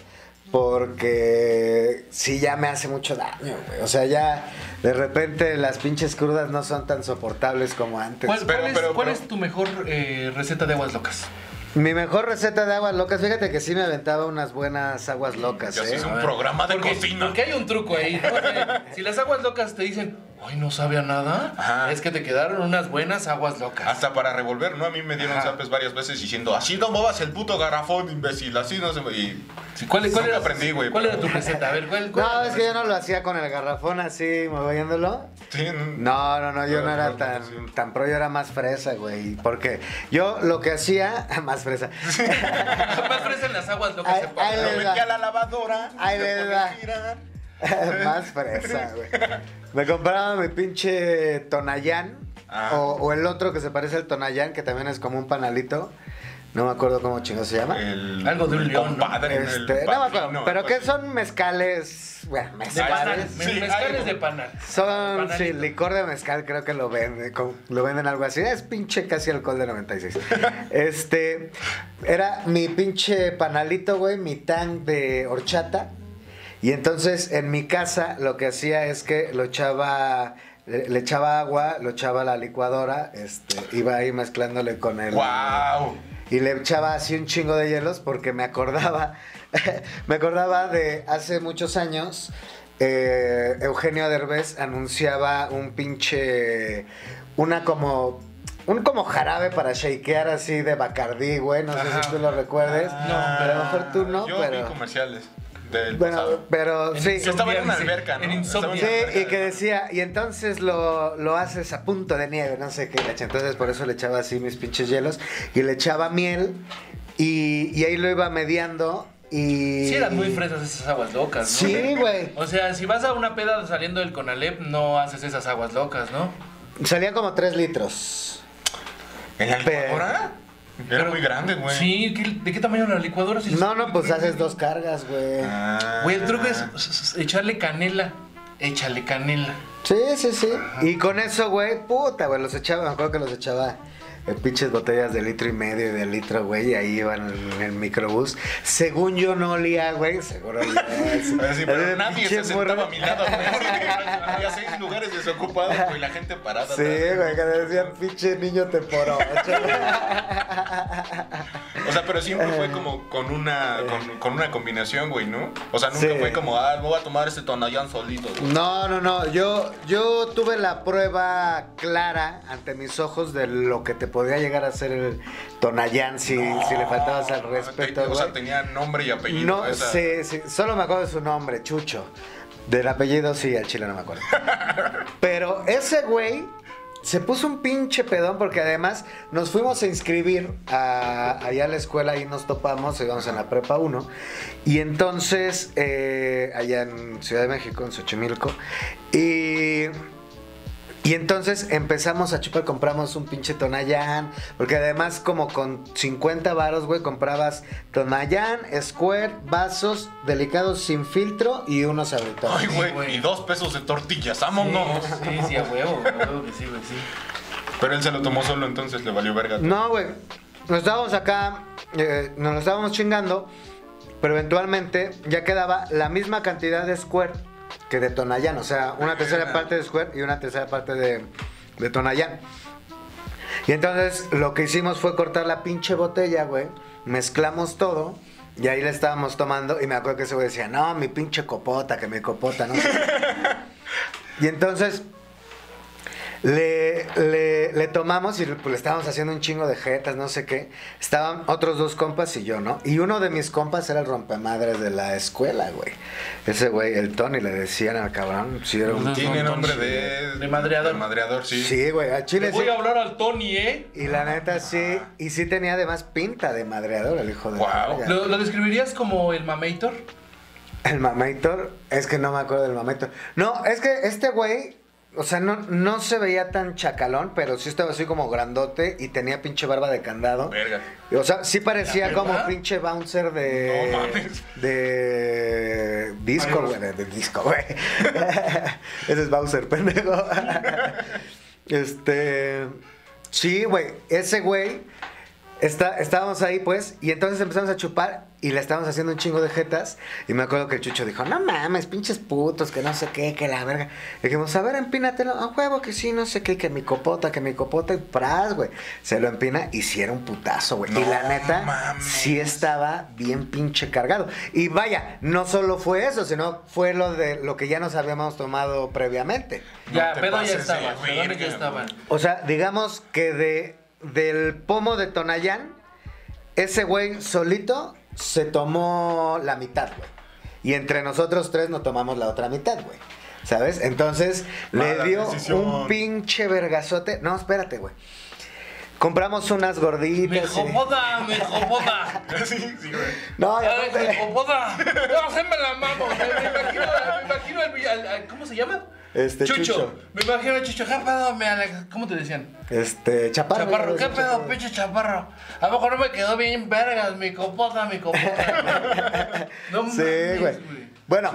[SPEAKER 4] porque sí ya me hace mucho daño, güey. O sea, ya de repente las pinches crudas no son tan soportables como antes.
[SPEAKER 3] ¿Cuál,
[SPEAKER 5] Pero,
[SPEAKER 3] cuál es,
[SPEAKER 5] pero,
[SPEAKER 3] cuál
[SPEAKER 5] pero-
[SPEAKER 3] es tu mejor eh, receta de aguas locas?
[SPEAKER 4] Mi mejor receta de aguas locas, fíjate que sí me aventaba unas buenas aguas locas,
[SPEAKER 5] Ya se
[SPEAKER 4] ¿eh?
[SPEAKER 5] hizo un programa de
[SPEAKER 3] porque,
[SPEAKER 5] cocina.
[SPEAKER 3] porque hay un truco ahí. ¿no? O sea, si las aguas locas te dicen, ay, no sabe a nada,
[SPEAKER 5] Ajá.
[SPEAKER 3] es que te quedaron unas buenas aguas locas.
[SPEAKER 5] Hasta para revolver, ¿no? A mí me dieron
[SPEAKER 3] Ajá.
[SPEAKER 5] zapes varias veces diciendo, así no muevas el puto garrafón, imbécil, así no se me... Y...
[SPEAKER 3] Sí, ¿Cuál, cuál
[SPEAKER 5] Nunca
[SPEAKER 3] era,
[SPEAKER 5] aprendí, güey,
[SPEAKER 3] ¿Cuál
[SPEAKER 5] pero-
[SPEAKER 3] era tu receta? A ver, ¿cuál? cuál
[SPEAKER 4] No,
[SPEAKER 3] era
[SPEAKER 4] es
[SPEAKER 3] tu
[SPEAKER 4] que yo
[SPEAKER 3] receta?
[SPEAKER 4] no lo hacía con el garrafón así, moviéndolo.
[SPEAKER 5] Sí, no.
[SPEAKER 4] No, no, no, yo
[SPEAKER 5] Pero
[SPEAKER 4] no
[SPEAKER 5] no,
[SPEAKER 4] era
[SPEAKER 5] sí.
[SPEAKER 4] tan, tan pro, yo era más fresa, güey. Porque yo lo que hacía, [LAUGHS] más fresa.
[SPEAKER 3] [LAUGHS] Más fresa en las aguas locas.
[SPEAKER 4] Ay,
[SPEAKER 3] se
[SPEAKER 4] ay,
[SPEAKER 5] Lo
[SPEAKER 3] pone.
[SPEAKER 5] metí a la lavadora.
[SPEAKER 4] Ay,
[SPEAKER 5] lo puse
[SPEAKER 4] verdad.
[SPEAKER 5] a girar.
[SPEAKER 4] más fresa, güey. Me compraba mi pinche Tonayán.
[SPEAKER 5] Ah.
[SPEAKER 4] O, o el otro que se parece al Tonayán, que también es como un panalito. No me acuerdo cómo chingo se llama.
[SPEAKER 5] El,
[SPEAKER 3] Algo de un
[SPEAKER 5] el
[SPEAKER 3] león, ¿no?
[SPEAKER 5] compadre, el
[SPEAKER 4] Este, no me acuerdo.
[SPEAKER 5] padrino,
[SPEAKER 4] pero
[SPEAKER 5] algo
[SPEAKER 4] que
[SPEAKER 5] así.
[SPEAKER 4] son mezcales. Bueno,
[SPEAKER 3] De
[SPEAKER 5] Ay,
[SPEAKER 3] panal.
[SPEAKER 4] mezcales.
[SPEAKER 5] sí,
[SPEAKER 3] me-
[SPEAKER 5] sí,
[SPEAKER 3] mezcales
[SPEAKER 5] algo.
[SPEAKER 3] de panal.
[SPEAKER 4] Son, sí,
[SPEAKER 3] Panalito.
[SPEAKER 4] licor de mezcal creo que lo venden, con- lo venden algo así. Es pinche casi alcohol de 96. este, era mi pinche panalito, güey, mi tan de horchata. Y entonces en mi casa lo que hacía es que lo echaba, le, le echaba agua, lo echaba a la licuadora, este, iba ahí mezclándole con el...
[SPEAKER 5] ¡Guau!
[SPEAKER 4] Y le echaba así un chingo de hielos porque me acordaba, [LAUGHS] me acordaba de hace muchos años, eh, Eugenio Derbez anunciaba un pinche, una como, un como jarabe para shakear así de Bacardí, güey, no
[SPEAKER 5] Ajá.
[SPEAKER 4] sé si tú lo recuerdes. Ah,
[SPEAKER 3] No,
[SPEAKER 4] pero a lo mejor tú no,
[SPEAKER 5] Yo vi
[SPEAKER 4] pero...
[SPEAKER 5] comerciales del
[SPEAKER 4] Bueno,
[SPEAKER 5] pasado.
[SPEAKER 4] pero
[SPEAKER 3] En
[SPEAKER 4] sí.
[SPEAKER 5] Yo estaba en una
[SPEAKER 3] Insomnia,
[SPEAKER 5] alberca, ¿no?
[SPEAKER 3] en
[SPEAKER 5] Estaba
[SPEAKER 3] Insomnia.
[SPEAKER 5] en una
[SPEAKER 4] Sí,
[SPEAKER 5] [LAUGHS] alberca.
[SPEAKER 4] y que decía, y entonces lo, lo haces a punto de nieve, no sé qué, leche. Entonces por eso le echaba así mis pinches hielos y le echaba miel y, y ahí lo iba mediando y...
[SPEAKER 3] Sí, eran muy fresas esas aguas locas, ¿no?
[SPEAKER 4] Sí, güey.
[SPEAKER 3] O sea, si vas a una peda saliendo del Conalep, no haces esas aguas locas, ¿no?
[SPEAKER 4] Salían como 3 litros.
[SPEAKER 5] ¿En la
[SPEAKER 4] Pero-
[SPEAKER 5] licuadora? Era
[SPEAKER 3] Pero-
[SPEAKER 5] muy grande, güey.
[SPEAKER 3] Sí, ¿qué- ¿de qué tamaño era la licuadora? Si-
[SPEAKER 4] No, no, pues haces dos cargas, güey.
[SPEAKER 5] Ah.
[SPEAKER 3] Güey, el truco es s- s- echarle canela. Échale canela.
[SPEAKER 4] Sí, sí, sí. Y con eso, güey, puta, güey, los echaba, me acuerdo que los echaba en pinches botellas de litro y medio y de litro, güey, y ahí iban en el microbús. Según yo no olía, güey, seguro olía.
[SPEAKER 5] [LAUGHS] A ver, sí,
[SPEAKER 4] Era
[SPEAKER 5] pero
[SPEAKER 4] un
[SPEAKER 5] nadie se
[SPEAKER 4] pinche
[SPEAKER 5] sentaba
[SPEAKER 4] morro.
[SPEAKER 5] a mi lado, güey. [LAUGHS] Había seis lugares desocupados, güey. La gente parada.
[SPEAKER 4] Sí,
[SPEAKER 5] atrás.
[SPEAKER 4] güey, que decían pinche niño temporocho.
[SPEAKER 5] O sea, pero siempre
[SPEAKER 4] Eh.
[SPEAKER 5] fue como con una, con, con una combinación, güey, ¿no? O sea, nunca
[SPEAKER 4] Sí.
[SPEAKER 5] fue como, ah, me voy a tomar este tonallán solito,
[SPEAKER 4] [LAUGHS]
[SPEAKER 5] güey.
[SPEAKER 4] No, no, no. Yo, yo tuve la prueba clara ante mis ojos de lo que te podía llegar a hacer el Tonayán si, si le faltabas al respeto.
[SPEAKER 5] Te- o sea,
[SPEAKER 4] güey.
[SPEAKER 5] tenía nombre y apellido.
[SPEAKER 4] No,
[SPEAKER 5] esa-
[SPEAKER 4] sí, sí, solo me acuerdo de su nombre, Chucho. Del apellido, sí, al chile no me [LAUGHS] acuerdo. Pero ese güey se puso un pinche pedón porque además nos fuimos a inscribir a- allá a la escuela y nos topamos, íbamos en la prepa 1. Y entonces, eh, allá en Ciudad de México, en Xochimilco. Y. Y entonces empezamos a chupar, compramos un pinche Tonayán, porque además como con 50 varos, güey, comprabas Tonayán, Square, vasos delicados sin filtro y unos
[SPEAKER 5] Ay,
[SPEAKER 4] abritores.
[SPEAKER 3] Sí,
[SPEAKER 5] güey,
[SPEAKER 3] güey.
[SPEAKER 5] y dos pesos de tortillas, vámonos.
[SPEAKER 3] Sí, sí, sí, a huevo, a huevo que sí, güey, sí.
[SPEAKER 5] Pero él se lo tomó solo, entonces le valió verga.
[SPEAKER 4] No, güey, nos estábamos acá, eh, nos lo estábamos chingando, pero eventualmente ya quedaba la misma cantidad de Square que de Tonayán, o sea, una tercera parte de Square y una tercera parte de, de Tonayán. Y entonces lo que hicimos fue cortar la pinche botella, güey. Mezclamos todo. Y ahí la estábamos tomando. Y me acuerdo que ese güey decía, no, mi pinche copota, que mi copota, ¿no? sé qué". y entonces Le, le, le tomamos y pues, le estábamos haciendo un chingo de jetas, no sé qué. Estaban otros dos compas y yo, ¿no? Y uno de mis compas era el rompemadres de la escuela, güey. Ese güey, el Tony, le decían al cabrón. Sí, era un...
[SPEAKER 5] Tiene nombre de.
[SPEAKER 3] De madreador.
[SPEAKER 5] De madreador, sí.
[SPEAKER 4] Sí, güey, a Chile sí.
[SPEAKER 7] Voy a hablar al Tony, ¿eh?
[SPEAKER 4] Y la neta sí, y sí tenía además pinta de madreador el hijo de la
[SPEAKER 5] Guau.
[SPEAKER 4] verga.
[SPEAKER 3] ¿Lo, lo describirías como el mamator?
[SPEAKER 4] El Mamator, es que no me acuerdo del Mamator. No, es que este güey, o sea, no, no se veía tan chacalón, pero sí estaba así como grandote y tenía pinche barba de candado.
[SPEAKER 5] Verga.
[SPEAKER 4] Y, O sea, sí parecía
[SPEAKER 3] ¿La
[SPEAKER 4] como
[SPEAKER 3] verdad?
[SPEAKER 4] pinche bouncer de.
[SPEAKER 5] No mames.
[SPEAKER 4] De. Disco,
[SPEAKER 7] Ay,
[SPEAKER 4] güey. De, de disco, güey. [LAUGHS] Ese es bouncer, pendejo. [LAUGHS] este. Sí, güey. Ese güey. Está, estábamos ahí, pues, y entonces empezamos a chupar y le estábamos haciendo un chingo de jetas. Y me acuerdo que el chucho dijo: No mames, pinches putos, que no sé qué, que la verga. Y dijimos: A ver, empínatelo, a huevo, que sí, no sé qué, que mi copota, que mi copota, y pras, güey. Se lo empina y sí era un putazo, güey. y la neta, sí estaba bien pinche cargado. Y vaya, no solo fue eso, sino fue lo de lo que ya nos habíamos tomado previamente.
[SPEAKER 3] Ya,
[SPEAKER 5] te
[SPEAKER 3] pedo ya
[SPEAKER 5] pases de
[SPEAKER 3] estaba. Pedones ya
[SPEAKER 5] verga,
[SPEAKER 3] estaban.
[SPEAKER 4] O sea, digamos que de del pomo de Tonayán, ese güey solito se tomó la mitad, güey. Y entre nosotros tres nos tomamos la otra mitad, güey. ¿Sabes? Entonces
[SPEAKER 5] Mala
[SPEAKER 4] le dio
[SPEAKER 5] decisión.
[SPEAKER 4] un pinche vergazote. No, espérate, güey. Compramos unas
[SPEAKER 7] Me
[SPEAKER 4] gorditas. y-
[SPEAKER 7] jomoda, me jomoda.
[SPEAKER 5] [LAUGHS] Sí, sí, güey.
[SPEAKER 4] No, y
[SPEAKER 7] Ay,
[SPEAKER 4] aparte-
[SPEAKER 7] me jomoda. No, se me la mano. Me, me imagino, me imagino al, al- al- ¿Cómo se llama?
[SPEAKER 4] Este, Chucho.
[SPEAKER 7] Me imagino a Chucho. ¿Qué pedo, me Alex? ¿Cómo te decían?
[SPEAKER 4] Este, chaparro.
[SPEAKER 7] Chaparro, ¿qué
[SPEAKER 4] güey,
[SPEAKER 7] pedo,
[SPEAKER 4] chaparro.
[SPEAKER 7] pinche chaparro? A lo mejor no me quedó bien vergas, mi copota, mi
[SPEAKER 4] [LAUGHS]
[SPEAKER 7] copota. No
[SPEAKER 4] Sí,
[SPEAKER 7] mames,
[SPEAKER 4] güey. Bueno,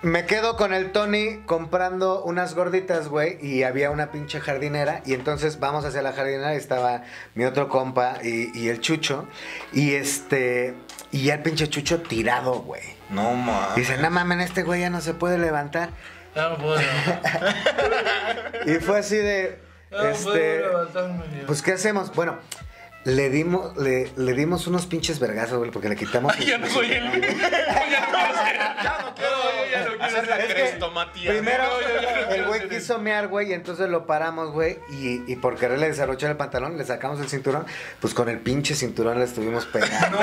[SPEAKER 4] me quedo con el Tony comprando unas gorditas, güey, y había una pinche jardinera, y entonces vamos hacia la jardinera, y estaba mi otro compa y, y el Chucho, y este, y ya el pinche Chucho tirado, güey.
[SPEAKER 5] No mames.
[SPEAKER 4] Dice, no mames, este güey ya no se puede levantar.
[SPEAKER 7] No, no puedo.
[SPEAKER 4] Y fue así de,
[SPEAKER 7] [LAUGHS] No pues,
[SPEAKER 4] este,
[SPEAKER 7] puedo levantarme.
[SPEAKER 4] pues, ¿qué hacemos? Bueno... Le dimos, le, le dimos unos pinches vergazos, güey, porque le quitamos.
[SPEAKER 7] [LAUGHS] Ay, [LAUGHS] ya no soy él. Yo [LAUGHS] Ya no quiero ser. Ya no quiero, yo ya no quiero
[SPEAKER 5] Hacer
[SPEAKER 7] ser.
[SPEAKER 5] la
[SPEAKER 4] Es que
[SPEAKER 5] crestomatía.
[SPEAKER 4] Primero,
[SPEAKER 7] yo, yo, yo,
[SPEAKER 4] el güey
[SPEAKER 7] yo, yo.
[SPEAKER 4] quiso mear, güey, y entonces lo paramos, güey, y, y por quererle desabrochar el pantalón, le sacamos el cinturón, pues con el pinche cinturón le
[SPEAKER 7] [LAUGHS]
[SPEAKER 4] estuvimos pegando.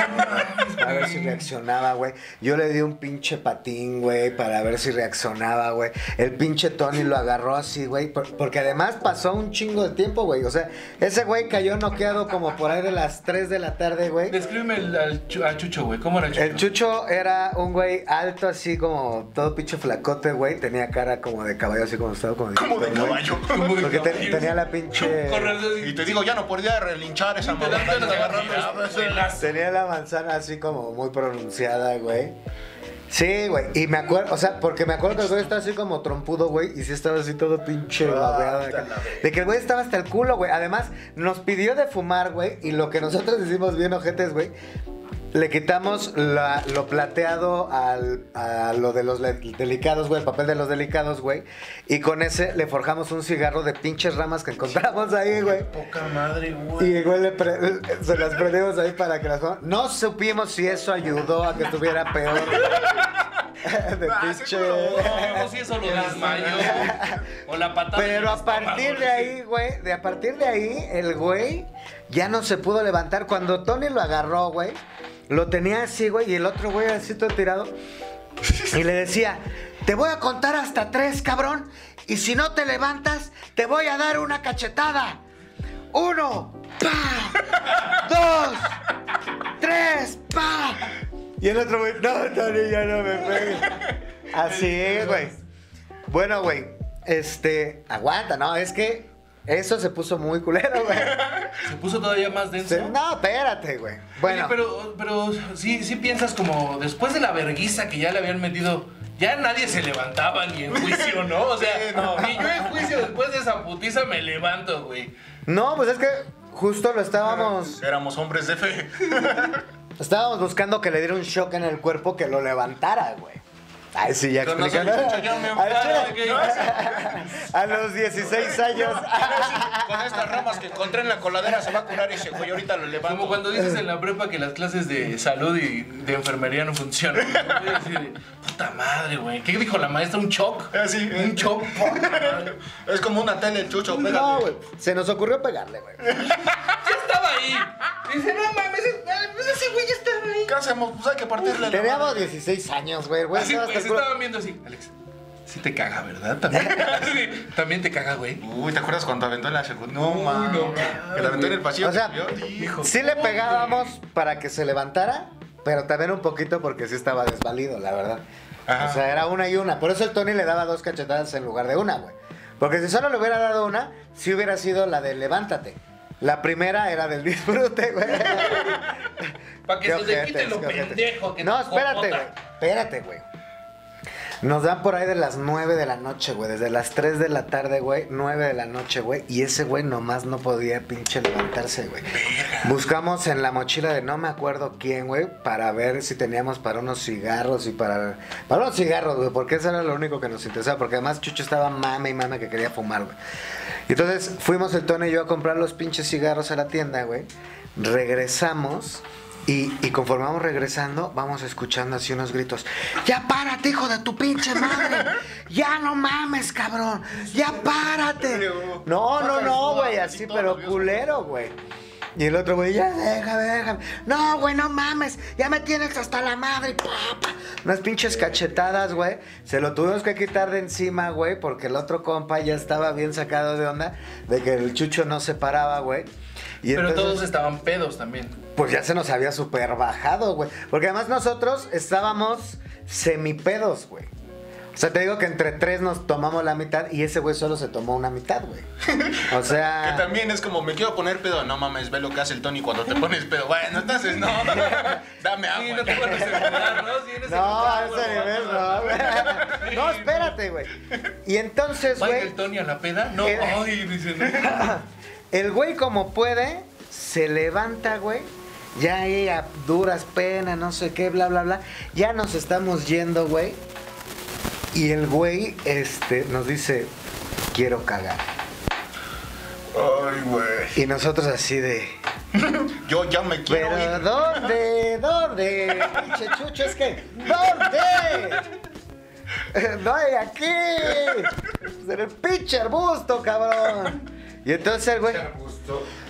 [SPEAKER 4] A ver si reaccionaba, güey. Yo le di un pinche patín, güey, para ver si reaccionaba, güey. El pinche Tony lo agarró así, güey, por- porque además pasó un chingo de tiempo, güey. O sea, ese güey cayó noqueado como por ahí de las 3 de la tarde, güey.
[SPEAKER 3] Descríbeme el- al, Chu- al Chucho, güey. ¿Cómo era el Chucho?
[SPEAKER 4] El Eh, Chucho era un güey alto, así como todo pinche flacote, güey. Tenía cara como de caballo, así como estaba como de,
[SPEAKER 5] Como de
[SPEAKER 4] güey.
[SPEAKER 5] caballo.
[SPEAKER 4] Porque te- tenía la
[SPEAKER 5] [LAUGHS]
[SPEAKER 4] pinche.
[SPEAKER 5] Y te digo, ya no podía relinchar esa mamada.
[SPEAKER 7] andan agarrando
[SPEAKER 4] Tenía la manzana así como muy pronunciada, güey. Sí, güey. Y me acuerdo, o sea, porque me acuerdo que el güey estaba así como trompudo, güey. Y sí estaba así todo pinche babeado. de acá. De que el güey estaba hasta el culo, güey. Además, nos pidió de fumar, güey. Y lo que nosotros hicimos bien ojetes, güey. Le quitamos la- lo plateado al, a lo de los le- delicados, güey, el papel de los delicados, güey. Y con ese le forjamos un cigarro de pinches ramas que encontramos ahí, güey.
[SPEAKER 3] Poca madre, güey.
[SPEAKER 4] Y igual le pre- se las prendimos ahí para que las No supimos si eso ayudó a que estuviera peor. [LAUGHS] De
[SPEAKER 3] Ah,
[SPEAKER 4] pinche.
[SPEAKER 7] Ah, No, si eso lo desmayó. O la patada. en el
[SPEAKER 4] Pero a
[SPEAKER 7] estómago,
[SPEAKER 4] partir
[SPEAKER 7] sí.
[SPEAKER 4] de ahí, güey, de a partir de ahí, el güey ya no se pudo levantar. Cuando Tony lo agarró, güey, lo tenía así, güey, y el otro güey así todo tirado. Y le decía, te voy a contar hasta tres, cabrón. Y si no te levantas, te voy a dar una cachetada. Uno, pa. Dos, tres, pa. Y el otro güey, no, Tony, ya no me pegues. Así, güey. Bueno, güey, este, aguanta, ¿no? Es que eso se puso muy
[SPEAKER 7] [LAUGHS]
[SPEAKER 4] culero, güey.
[SPEAKER 3] Se puso todavía más denso.
[SPEAKER 4] Se- No, espérate, güey. Bueno,
[SPEAKER 3] Oye, pero, pero sí, sí piensas como después de la verguiza que ya le habían metido, ya nadie se levantaba ni en juicio, ¿no? O sea, ni yo en juicio después de esa putiza me levanto, güey.
[SPEAKER 4] no, pues es que justo lo estábamos,
[SPEAKER 5] Éramos hombres de fe.
[SPEAKER 4] estábamos buscando que le diera un shock en el cuerpo que lo levantara, güey. Ay, sí, ya
[SPEAKER 7] Yo no soy
[SPEAKER 4] explican.
[SPEAKER 7] muchacho,
[SPEAKER 4] [LAUGHS]
[SPEAKER 7] me
[SPEAKER 4] Al
[SPEAKER 7] enfado,
[SPEAKER 4] chile,
[SPEAKER 7] ¿ok?
[SPEAKER 3] Ah,
[SPEAKER 4] A los
[SPEAKER 7] [LAUGHS]
[SPEAKER 4] 16 años.
[SPEAKER 5] [LAUGHS] Con estas ramas que encontré en la coladera se va a curar ese güey. Ahorita lo levanto.
[SPEAKER 7] Como cuando dices en la prepa que las clases de salud y de enfermería no funcionan. Yo así de, Puta madre, güey. ¿Qué dijo la maestra? ¿Un shock?
[SPEAKER 5] Eh, sí, eh.
[SPEAKER 7] Un shock. puta madre.
[SPEAKER 5] Es como una tele, chucho.
[SPEAKER 4] No, güey. Se nos ocurrió pegarle, güey.
[SPEAKER 7] Ya estaba ahí. Dice, no mames, ese- ese güey ya estaba ahí.
[SPEAKER 5] ¿Qué hacemos? Pues hay que partirle la
[SPEAKER 4] Teníamos 16 años, güey. güey,
[SPEAKER 7] Así,
[SPEAKER 4] estaba
[SPEAKER 7] pues,
[SPEAKER 4] hasta el culo.
[SPEAKER 7] estaban viendo así. Alex, sí te caga,
[SPEAKER 4] [LAUGHS]
[SPEAKER 7] ¿verdad? También, Sí, también te caga, güey.
[SPEAKER 5] Uy, ¿te acuerdas cuando aventó en la secundaria? No, mano. Que la aventó en el pasillo.
[SPEAKER 4] O sea,
[SPEAKER 5] Yo, hijo.
[SPEAKER 4] sí le pegábamos para que se levantara, pero también un poquito porque sí estaba desvalido, la verdad.
[SPEAKER 5] Ajá.
[SPEAKER 4] O sea, era una y una. Por eso el Tony le daba dos cachetadas en lugar de una, güey. Porque si solo le hubiera dado una, sí hubiera sido la de levántate. La primera era del disfrute, güey.
[SPEAKER 7] Para que se
[SPEAKER 4] Qué
[SPEAKER 7] te quite
[SPEAKER 4] ojetes,
[SPEAKER 7] lo
[SPEAKER 4] qué ojetes.
[SPEAKER 7] pendejo que
[SPEAKER 4] No,
[SPEAKER 7] te
[SPEAKER 4] espérate,
[SPEAKER 7] copota.
[SPEAKER 4] güey. Espérate, güey. Nos dan por ahí de las 9 de la noche, güey. Desde las 3 de la tarde, güey. 9 de la noche, güey. Y ese güey nomás no podía pinche levantarse, güey. Buscamos en la mochila de no me acuerdo quién, güey. Para ver si teníamos para unos cigarros y para... Para unos cigarros, güey. Porque eso era lo único que nos interesaba. Porque además Chucho estaba mame y mame que quería fumar, güey. Y Entonces fuimos el Tony y yo a comprar los pinches cigarros a la tienda, güey. Regresamos y, y conforme vamos regresando, vamos escuchando así unos gritos. Ya párate, hijo de tu pinche madre. Ya no mames, cabrón. Ya párate. No, no, no, güey. Así, pero culero, güey. Y el otro güey, ya déjame, déjame. No, güey, no mames. Ya me tienes hasta la madre. pa, pa. Unas pinches cachetadas, güey. Se lo tuvimos que quitar de encima, güey, porque el otro compa ya estaba bien sacado de onda de que el chucho no se paraba, güey. Y
[SPEAKER 7] Pero
[SPEAKER 4] entonces,
[SPEAKER 7] todos estaban pedos también.
[SPEAKER 4] pues ya se nos había super bajado, güey. Porque además nosotros estábamos semipedos, güey. O sea, te digo que entre tres nos tomamos la mitad y ese güey solo se tomó una mitad, güey. O sea...
[SPEAKER 5] [LAUGHS] Que también es como, me quiero poner pedo. No mames, ve lo que hace el Tony cuando te pones pedo. Bueno, entonces [LAUGHS] no. Dame agua.
[SPEAKER 7] Sí, no te pones en lugar, ¿no? Sí, en ese
[SPEAKER 4] Ah, No, a
[SPEAKER 7] lugar,
[SPEAKER 4] ese
[SPEAKER 7] güey,
[SPEAKER 4] nivel
[SPEAKER 7] vas
[SPEAKER 4] no,
[SPEAKER 7] a- [LAUGHS]
[SPEAKER 4] güey. No, espérate, güey. Y entonces,
[SPEAKER 7] Michael
[SPEAKER 4] güey,
[SPEAKER 7] Tony a la peda, no,
[SPEAKER 4] Eh.
[SPEAKER 7] ay, dice, no.
[SPEAKER 4] [LAUGHS] el güey como puede, se levanta, güey. Ya ahí a duras penas, no sé qué, bla, bla, bla. Ya nos estamos yendo, güey. Y el güey, este, nos dice, quiero cagar.
[SPEAKER 5] Ay, güey.
[SPEAKER 4] Y nosotros así de,
[SPEAKER 5] Yo ya me quiero
[SPEAKER 4] pero
[SPEAKER 5] ir.
[SPEAKER 4] ¿dónde? ¿Dónde? Pinche chucho, es que, ¿dónde? No hay aquí. Pues En el pinche arbusto, cabrón. Y entonces el güey, le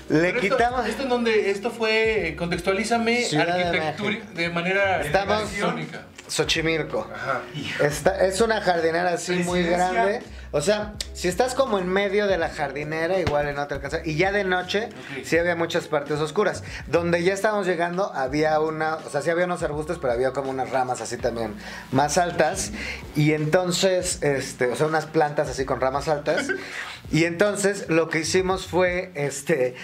[SPEAKER 7] Pero esto-
[SPEAKER 4] quitamos...
[SPEAKER 7] Esto en donde, esto fue, eh, contextualízame,
[SPEAKER 4] Ciudad de
[SPEAKER 7] arquitectura,
[SPEAKER 4] México.
[SPEAKER 7] de manera
[SPEAKER 4] Estamos
[SPEAKER 7] arquitectónica.
[SPEAKER 4] Xochimilco.
[SPEAKER 6] Ah,
[SPEAKER 4] [LAUGHS] Está- es una jardinera así muy grande. O sea, si estás como en medio de la jardinera, igual no te alcanza. Y ya de noche, sí había muchas partes oscuras. Donde ya estábamos llegando, había una. O sea, sí había unos arbustos, pero había como unas ramas así también más altas. Y entonces, este, o sea, unas plantas así con ramas altas. Y entonces lo que hicimos fue, este,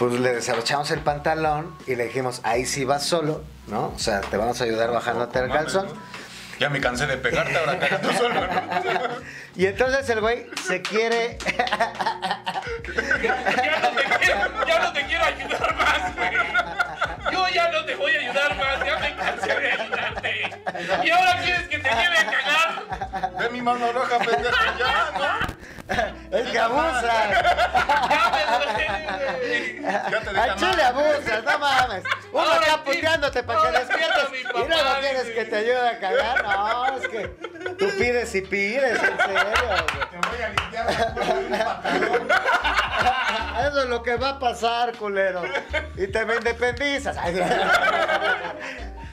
[SPEAKER 4] pues le desabrochamos el pantalón y le dijimos, ahí sí vas solo, ¿no? O sea, te vamos a ayudar bajándote el
[SPEAKER 5] Mames,
[SPEAKER 4] calzón.
[SPEAKER 5] ¿no? Ya me cansé de pegarte, ahora caga tú solo. ¿no?
[SPEAKER 4] Y entonces el güey se quiere.
[SPEAKER 7] Ya no, te quiero, ya no te quiero ayudar más, güey. Yo ya no te voy a ayudar más, ya me cansé de ayudarte. Y ahora quieres que te lleve a cagar.
[SPEAKER 5] Ve mi mano roja, pendejo. Ya,
[SPEAKER 4] Es que abusas.
[SPEAKER 7] Ya me duele, güey.
[SPEAKER 5] ¿no? Ya te deja
[SPEAKER 4] Al chile
[SPEAKER 5] nada.
[SPEAKER 4] abusas, no mames. Uno
[SPEAKER 7] Ahora
[SPEAKER 4] acá
[SPEAKER 7] sí.
[SPEAKER 4] puteándote para que
[SPEAKER 7] Ahora
[SPEAKER 4] despiertes
[SPEAKER 7] sí, mi
[SPEAKER 4] y
[SPEAKER 7] papá,
[SPEAKER 4] luego quieres
[SPEAKER 7] dice.
[SPEAKER 4] que te ayude a cagar. No, es que tú pides y pides, en serio. güey.
[SPEAKER 5] Te voy a limpiar la culo de un patadón.
[SPEAKER 4] Eso es lo que va a pasar, culero. Y te me independizas. Ay, no.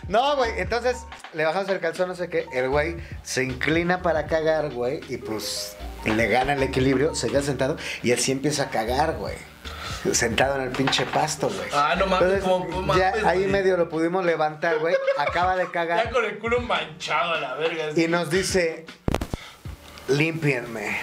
[SPEAKER 4] No, güey, entonces le bajamos el calzón, no sé qué. El güey se inclina para cagar, güey, y pues le gana el equilibrio, se queda sentado y así empieza a cagar, güey. Sentado en el pinche pasto, güey.
[SPEAKER 7] Ah, no mames, como- no
[SPEAKER 4] ya
[SPEAKER 7] mames,
[SPEAKER 4] ahí
[SPEAKER 7] güey.
[SPEAKER 4] medio lo pudimos levantar, güey. Acaba de
[SPEAKER 7] Ya [LAUGHS]
[SPEAKER 4] cagar
[SPEAKER 7] con el culo manchado a la verga. así.
[SPEAKER 4] y nos dice, límpienme.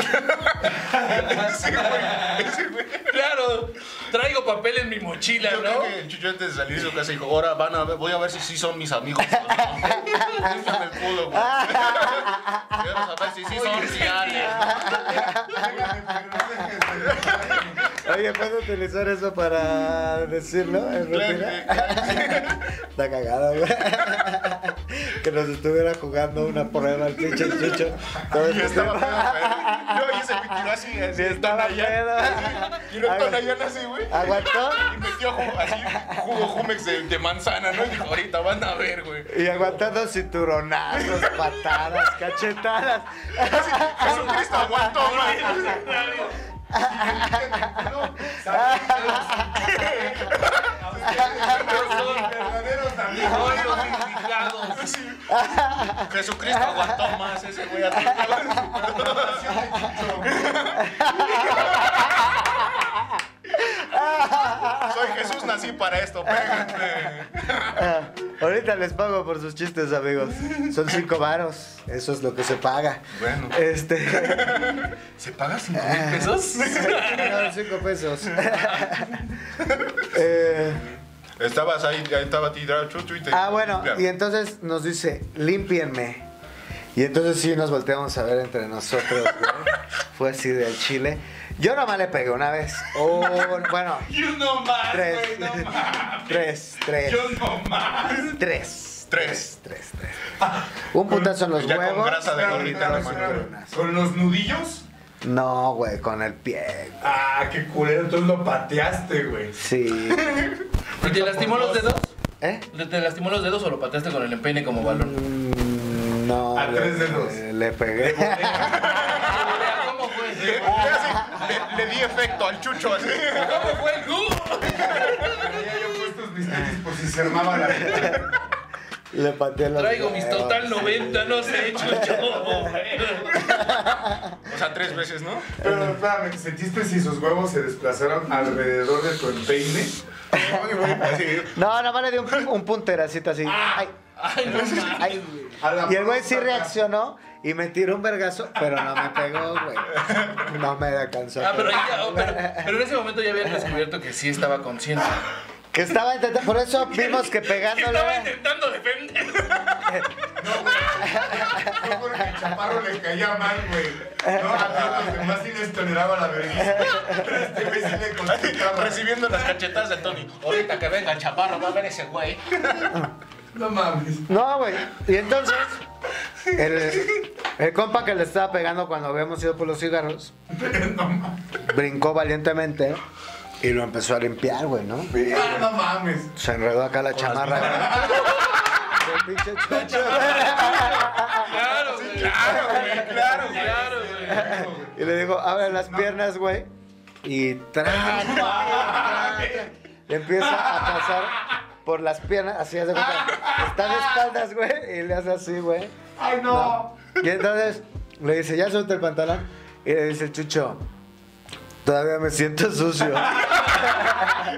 [SPEAKER 7] Claro, traigo papel en mi mochila,
[SPEAKER 5] Yo creo
[SPEAKER 7] ¿no?
[SPEAKER 5] que el Chucho antes de salir de su casa dijo, ahora van a ver, voy a ver si sí son mis
[SPEAKER 4] [LAUGHS]
[SPEAKER 5] amigos. Límpiame el culo, güey. Vamos a ver si sí son
[SPEAKER 7] Oye, sí.
[SPEAKER 4] [LAUGHS]
[SPEAKER 5] reales.
[SPEAKER 4] Oye, ¿puedes utilizar eso para decirlo en rutina? [LAUGHS] Está cagado, güey. [LAUGHS] Que nos estuviera jugando una prueba al pinche chucho. Todo
[SPEAKER 5] Yo
[SPEAKER 4] este
[SPEAKER 5] estaba
[SPEAKER 4] tiempo.
[SPEAKER 5] pedo, güey. Yo hice mi tiro así, así.
[SPEAKER 4] Sí, estaba
[SPEAKER 5] Tonayán.
[SPEAKER 4] pedo.
[SPEAKER 5] Tiró
[SPEAKER 4] A
[SPEAKER 5] el
[SPEAKER 4] ver.
[SPEAKER 5] Tonayán así, güey.
[SPEAKER 4] Aguantó.
[SPEAKER 5] Y metió jugo, así, jugo Jumex de, de manzana, ¿no? Y dijo, ahorita van a ver, güey.
[SPEAKER 4] Y aguantando cinturonazos, patadas, cachetadas.
[SPEAKER 5] Así, Jesucristo
[SPEAKER 4] [LAUGHS]
[SPEAKER 5] aguantó, güey. Jesucristo aguantó más ese güey. Soy Jesús, nací para esto, pégate.
[SPEAKER 4] Ahorita les pago por sus chistes, amigos. Son cinco varos. Eso es lo que se paga.
[SPEAKER 5] Bueno.
[SPEAKER 4] Este. [LAUGHS]
[SPEAKER 3] ¿Se paga 5 mil pesos?
[SPEAKER 4] Son cinco
[SPEAKER 5] [LAUGHS]
[SPEAKER 4] pesos. Eh,
[SPEAKER 5] Estabas ahí, ya estaba tirado chucho y te.
[SPEAKER 4] ah, bueno.
[SPEAKER 5] Este, Claro.
[SPEAKER 4] Y entonces nos dice, límpienme. Y entonces sí nos volteamos a ver entre nosotros. güey. Fue así del chile. Yo nomás le pegué una vez. Oh, bueno,
[SPEAKER 7] Yo no más, güey,
[SPEAKER 4] tres.
[SPEAKER 7] no más.
[SPEAKER 4] Tres, tres.
[SPEAKER 7] Yo no más.
[SPEAKER 4] Tres.
[SPEAKER 5] Tres.
[SPEAKER 4] Tres, tres. Un putazo en los
[SPEAKER 5] ya
[SPEAKER 4] huevos.
[SPEAKER 5] con grasa de gorrita en la
[SPEAKER 4] Tres
[SPEAKER 5] mano.
[SPEAKER 4] neuronas.
[SPEAKER 6] ¿Con los nudillos?
[SPEAKER 4] No, güey, con el pie.
[SPEAKER 6] Ah, qué culero, entonces lo pateaste, güey.
[SPEAKER 4] Sí.
[SPEAKER 3] ¿Te lastimó los dedos?
[SPEAKER 4] ¿Eh?
[SPEAKER 3] ¿Te lastimó los dedos o lo pateaste con el empeine como balón?
[SPEAKER 4] Mm, No.
[SPEAKER 6] A
[SPEAKER 4] le-
[SPEAKER 6] tres dedos.
[SPEAKER 4] Le, pegué.
[SPEAKER 7] ¿Cómo fue?
[SPEAKER 5] Le, le- le di efecto al chucho así.
[SPEAKER 7] ¿Cómo fue el gu?
[SPEAKER 6] Tenía yo puestos mis tenis por si se armaba la
[SPEAKER 4] [LAUGHS] le pateé los
[SPEAKER 7] Traigo mis
[SPEAKER 4] dedos.
[SPEAKER 7] total 90, no sé, chucho.
[SPEAKER 5] O sea, tres veces, ¿no?
[SPEAKER 6] Pero espérame, ¿sentiste si sus huevos se desplazaron alrededor de tu empeine? Ay, [LAUGHS] güey, así,
[SPEAKER 4] No, nomás le di un, un punteracito así. Ay,
[SPEAKER 7] Ay, no mames.
[SPEAKER 4] ay.
[SPEAKER 6] a la
[SPEAKER 4] Y el güey
[SPEAKER 6] mano
[SPEAKER 4] sí
[SPEAKER 6] saca.
[SPEAKER 4] reaccionó y me tiró un vergazo, pero no me pegó, güey. No me alcanzó.
[SPEAKER 3] Ah, pero, ahí ya- oh, pero- pero en ese momento ya habían descubierto que sí estaba consciente.
[SPEAKER 4] Que estaba intentando. Por eso vimos que pegándole.
[SPEAKER 7] Ah, Estaba intentando defender.
[SPEAKER 6] Fue porque el chaparro le caía mal, güey. No, a los demás sí les toleraba la vergüenza. Pero este güey sí le contestaba.
[SPEAKER 5] Recibiendo las cachetadas de Tony.
[SPEAKER 7] Ahorita que venga el chaparro, va a ver ese güey.
[SPEAKER 6] No mames.
[SPEAKER 4] No, güey. Y entonces, el, el compa que le estaba pegando cuando habíamos ido por los cigarros,
[SPEAKER 6] No mames.
[SPEAKER 4] brincó valientemente y lo empezó a limpiar, güey, ¿no?
[SPEAKER 6] Ah, No mames.
[SPEAKER 4] Se enredó acá la chamarra. güey. Del pinche chucho.
[SPEAKER 7] Claro, güey.
[SPEAKER 5] Claro, güey, claro, güey.
[SPEAKER 7] Claro, güey.
[SPEAKER 4] Y le digo, abre las piernas, güey. Y tra, tra, tra. Le empieza a pasar por las piernas, así hace cuenta. Está de espaldas, güey. Y le hace así, güey.
[SPEAKER 6] Ay, no.
[SPEAKER 4] Y entonces le dice, ya suelta el pantalón. Y le dice el chucho, todavía me siento sucio.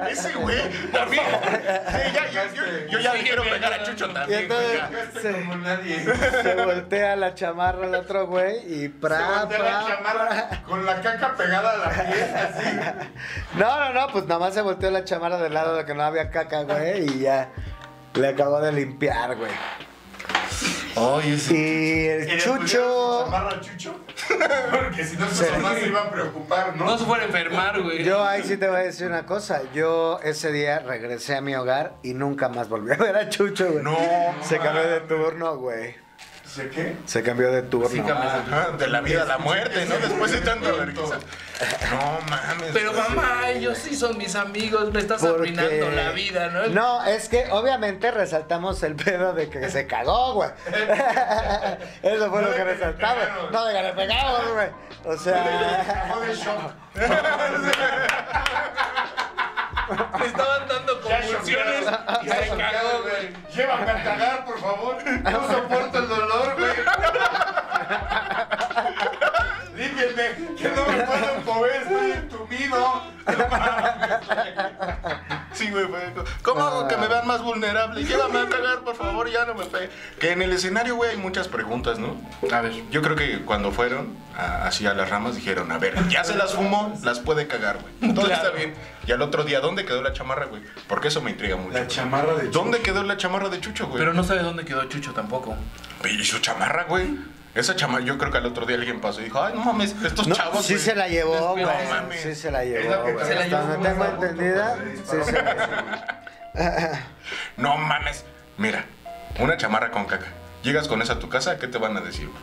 [SPEAKER 5] Ese güey. También. Sí, ya, ya, yo, yo ya le quiero pegar a Chucho
[SPEAKER 4] Y
[SPEAKER 5] también. güey,
[SPEAKER 4] entonces
[SPEAKER 5] ya.
[SPEAKER 4] se,
[SPEAKER 6] Como nadie.
[SPEAKER 4] se voltea la chamarra al otro güey y pra,
[SPEAKER 6] Voltea la
[SPEAKER 4] pra, pra.
[SPEAKER 6] chamarra con la caca pegada a la piel, así.
[SPEAKER 4] No, no, no, pues nada más se volteó la chamarra del lado de que no había caca, güey, y ya le acabó de limpiar, güey.
[SPEAKER 3] Oye,
[SPEAKER 4] Y el chucho,
[SPEAKER 6] ¿Chamarra al chucho? Porque si no, sus mamás se iban a preocupar, ¿no?
[SPEAKER 7] No se fuera a enfermar, güey.
[SPEAKER 4] yo ahí sí te voy a decir una cosa, yo ese día regresé a mi hogar y nunca más volví a ver a Chucho, güey.
[SPEAKER 6] No,
[SPEAKER 4] Se
[SPEAKER 6] no
[SPEAKER 4] cambió de
[SPEAKER 6] mames.
[SPEAKER 4] turno, güey.
[SPEAKER 6] ¿Sé qué?
[SPEAKER 4] Se cambió de turno.
[SPEAKER 5] Ajá, de la vida a la muerte, ¿no? Después de tanta vergüenza. No mames.
[SPEAKER 7] Pero mamá, ellos sí son mis amigos, me estás
[SPEAKER 4] Porque-
[SPEAKER 7] arruinando la vida, ¿no?
[SPEAKER 4] No, es que obviamente resaltamos el pedo de que se cagó, güey. Eso fue lo
[SPEAKER 6] No de
[SPEAKER 4] que
[SPEAKER 6] que le
[SPEAKER 4] resaltamos.
[SPEAKER 6] pegaron.
[SPEAKER 4] No, de que le pegaron, güey. O sea,
[SPEAKER 6] Acabó de shock.
[SPEAKER 7] Me estaban dando
[SPEAKER 6] Ya
[SPEAKER 7] convulsiones
[SPEAKER 6] choqueado,
[SPEAKER 7] y
[SPEAKER 6] ya
[SPEAKER 7] se cagó,
[SPEAKER 6] choqueado,
[SPEAKER 7] güey.
[SPEAKER 6] güey. Llévame a cagar, por favor. No soporto el dolor, güey. Límpienme, que no me puedan mover, estoy entumido.
[SPEAKER 5] Sí, güey, güey. ¿Cómo hago
[SPEAKER 4] Ah.
[SPEAKER 5] que me vean más vulnerable? Llévame a cagar, por favor, ya no me pegue. Que en el escenario, güey, hay muchas preguntas, ¿no? A ver. Yo creo que cuando fueron a- así a las ramas dijeron, a ver, ya se las fumó, las puede cagar, güey. Todo está bien. Y al otro día, ¿dónde quedó la chamarra, güey? Porque eso me intriga mucho.
[SPEAKER 6] La chamarra de
[SPEAKER 5] ¿Dónde quedó la chamarra de Chucho, güey?
[SPEAKER 3] Pero no sabe dónde quedó Chucho tampoco.
[SPEAKER 5] ¿Y su chamarra, güey? Esa chama, yo creo que al otro día alguien pasó y dijo, ay, no mames, estos
[SPEAKER 4] No,
[SPEAKER 5] chavos.
[SPEAKER 4] sí
[SPEAKER 5] güey,
[SPEAKER 4] se la llevó, güey.
[SPEAKER 5] no mames.
[SPEAKER 4] Sí se la
[SPEAKER 6] Es la
[SPEAKER 4] llevó,
[SPEAKER 6] que
[SPEAKER 4] güey.
[SPEAKER 6] se la
[SPEAKER 4] Hasta
[SPEAKER 6] llevó
[SPEAKER 4] donde
[SPEAKER 6] más
[SPEAKER 4] tengo
[SPEAKER 6] a gusto,
[SPEAKER 4] entendida,
[SPEAKER 6] pues,
[SPEAKER 4] sí se la llevó.
[SPEAKER 5] No mames. Mira, una chamarra con caca. Llegas con esa a tu casa, ¿qué te van a decir? güey?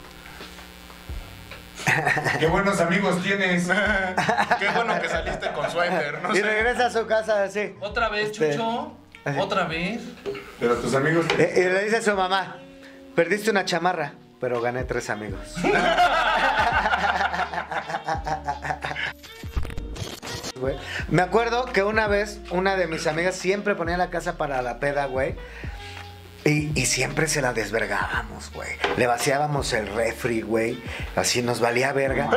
[SPEAKER 6] Qué buenos amigos tienes.
[SPEAKER 5] Qué bueno que saliste con suéter, no
[SPEAKER 4] Y
[SPEAKER 5] sé.
[SPEAKER 4] regresa a su casa así.
[SPEAKER 3] Otra vez,
[SPEAKER 4] Este.
[SPEAKER 3] Chucho. Otra vez.
[SPEAKER 6] Pero tus amigos.
[SPEAKER 4] Y Eh, y le dice a su mamá, perdiste una chamarra, pero gané tres amigos. Güey, Me acuerdo que una vez una de mis amigas siempre ponía la casa para la peda, güey. Y, y siempre se la desvergábamos, güey. Le vaciábamos el refri, güey. Así nos valía verga.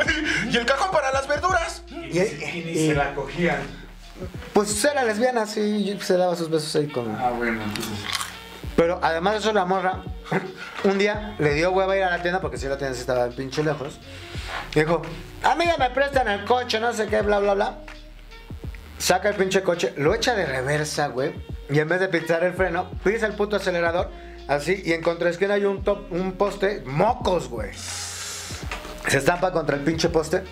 [SPEAKER 5] Y el cajón para las verduras.
[SPEAKER 4] Y-
[SPEAKER 6] Y ni
[SPEAKER 4] y-
[SPEAKER 6] se la cogían.
[SPEAKER 4] Pues era lesbiana, sí, se daba sus besos ahí con...
[SPEAKER 6] Ah, bueno, entonces.
[SPEAKER 4] Pero además de eso, la morra, un día le dio hueva ir a la tienda porque si la tienda sí estaba pinche lejos. Y Dijo, amiga, me prestan el coche, no sé qué, bla, bla, bla. Saca el pinche coche, lo echa de reversa, güey. Y en vez de pisar el freno, pisa el puto acelerador, así, y en contraesquina hay un, top, un poste, mocos, güey. Se estampa contra el pinche poste.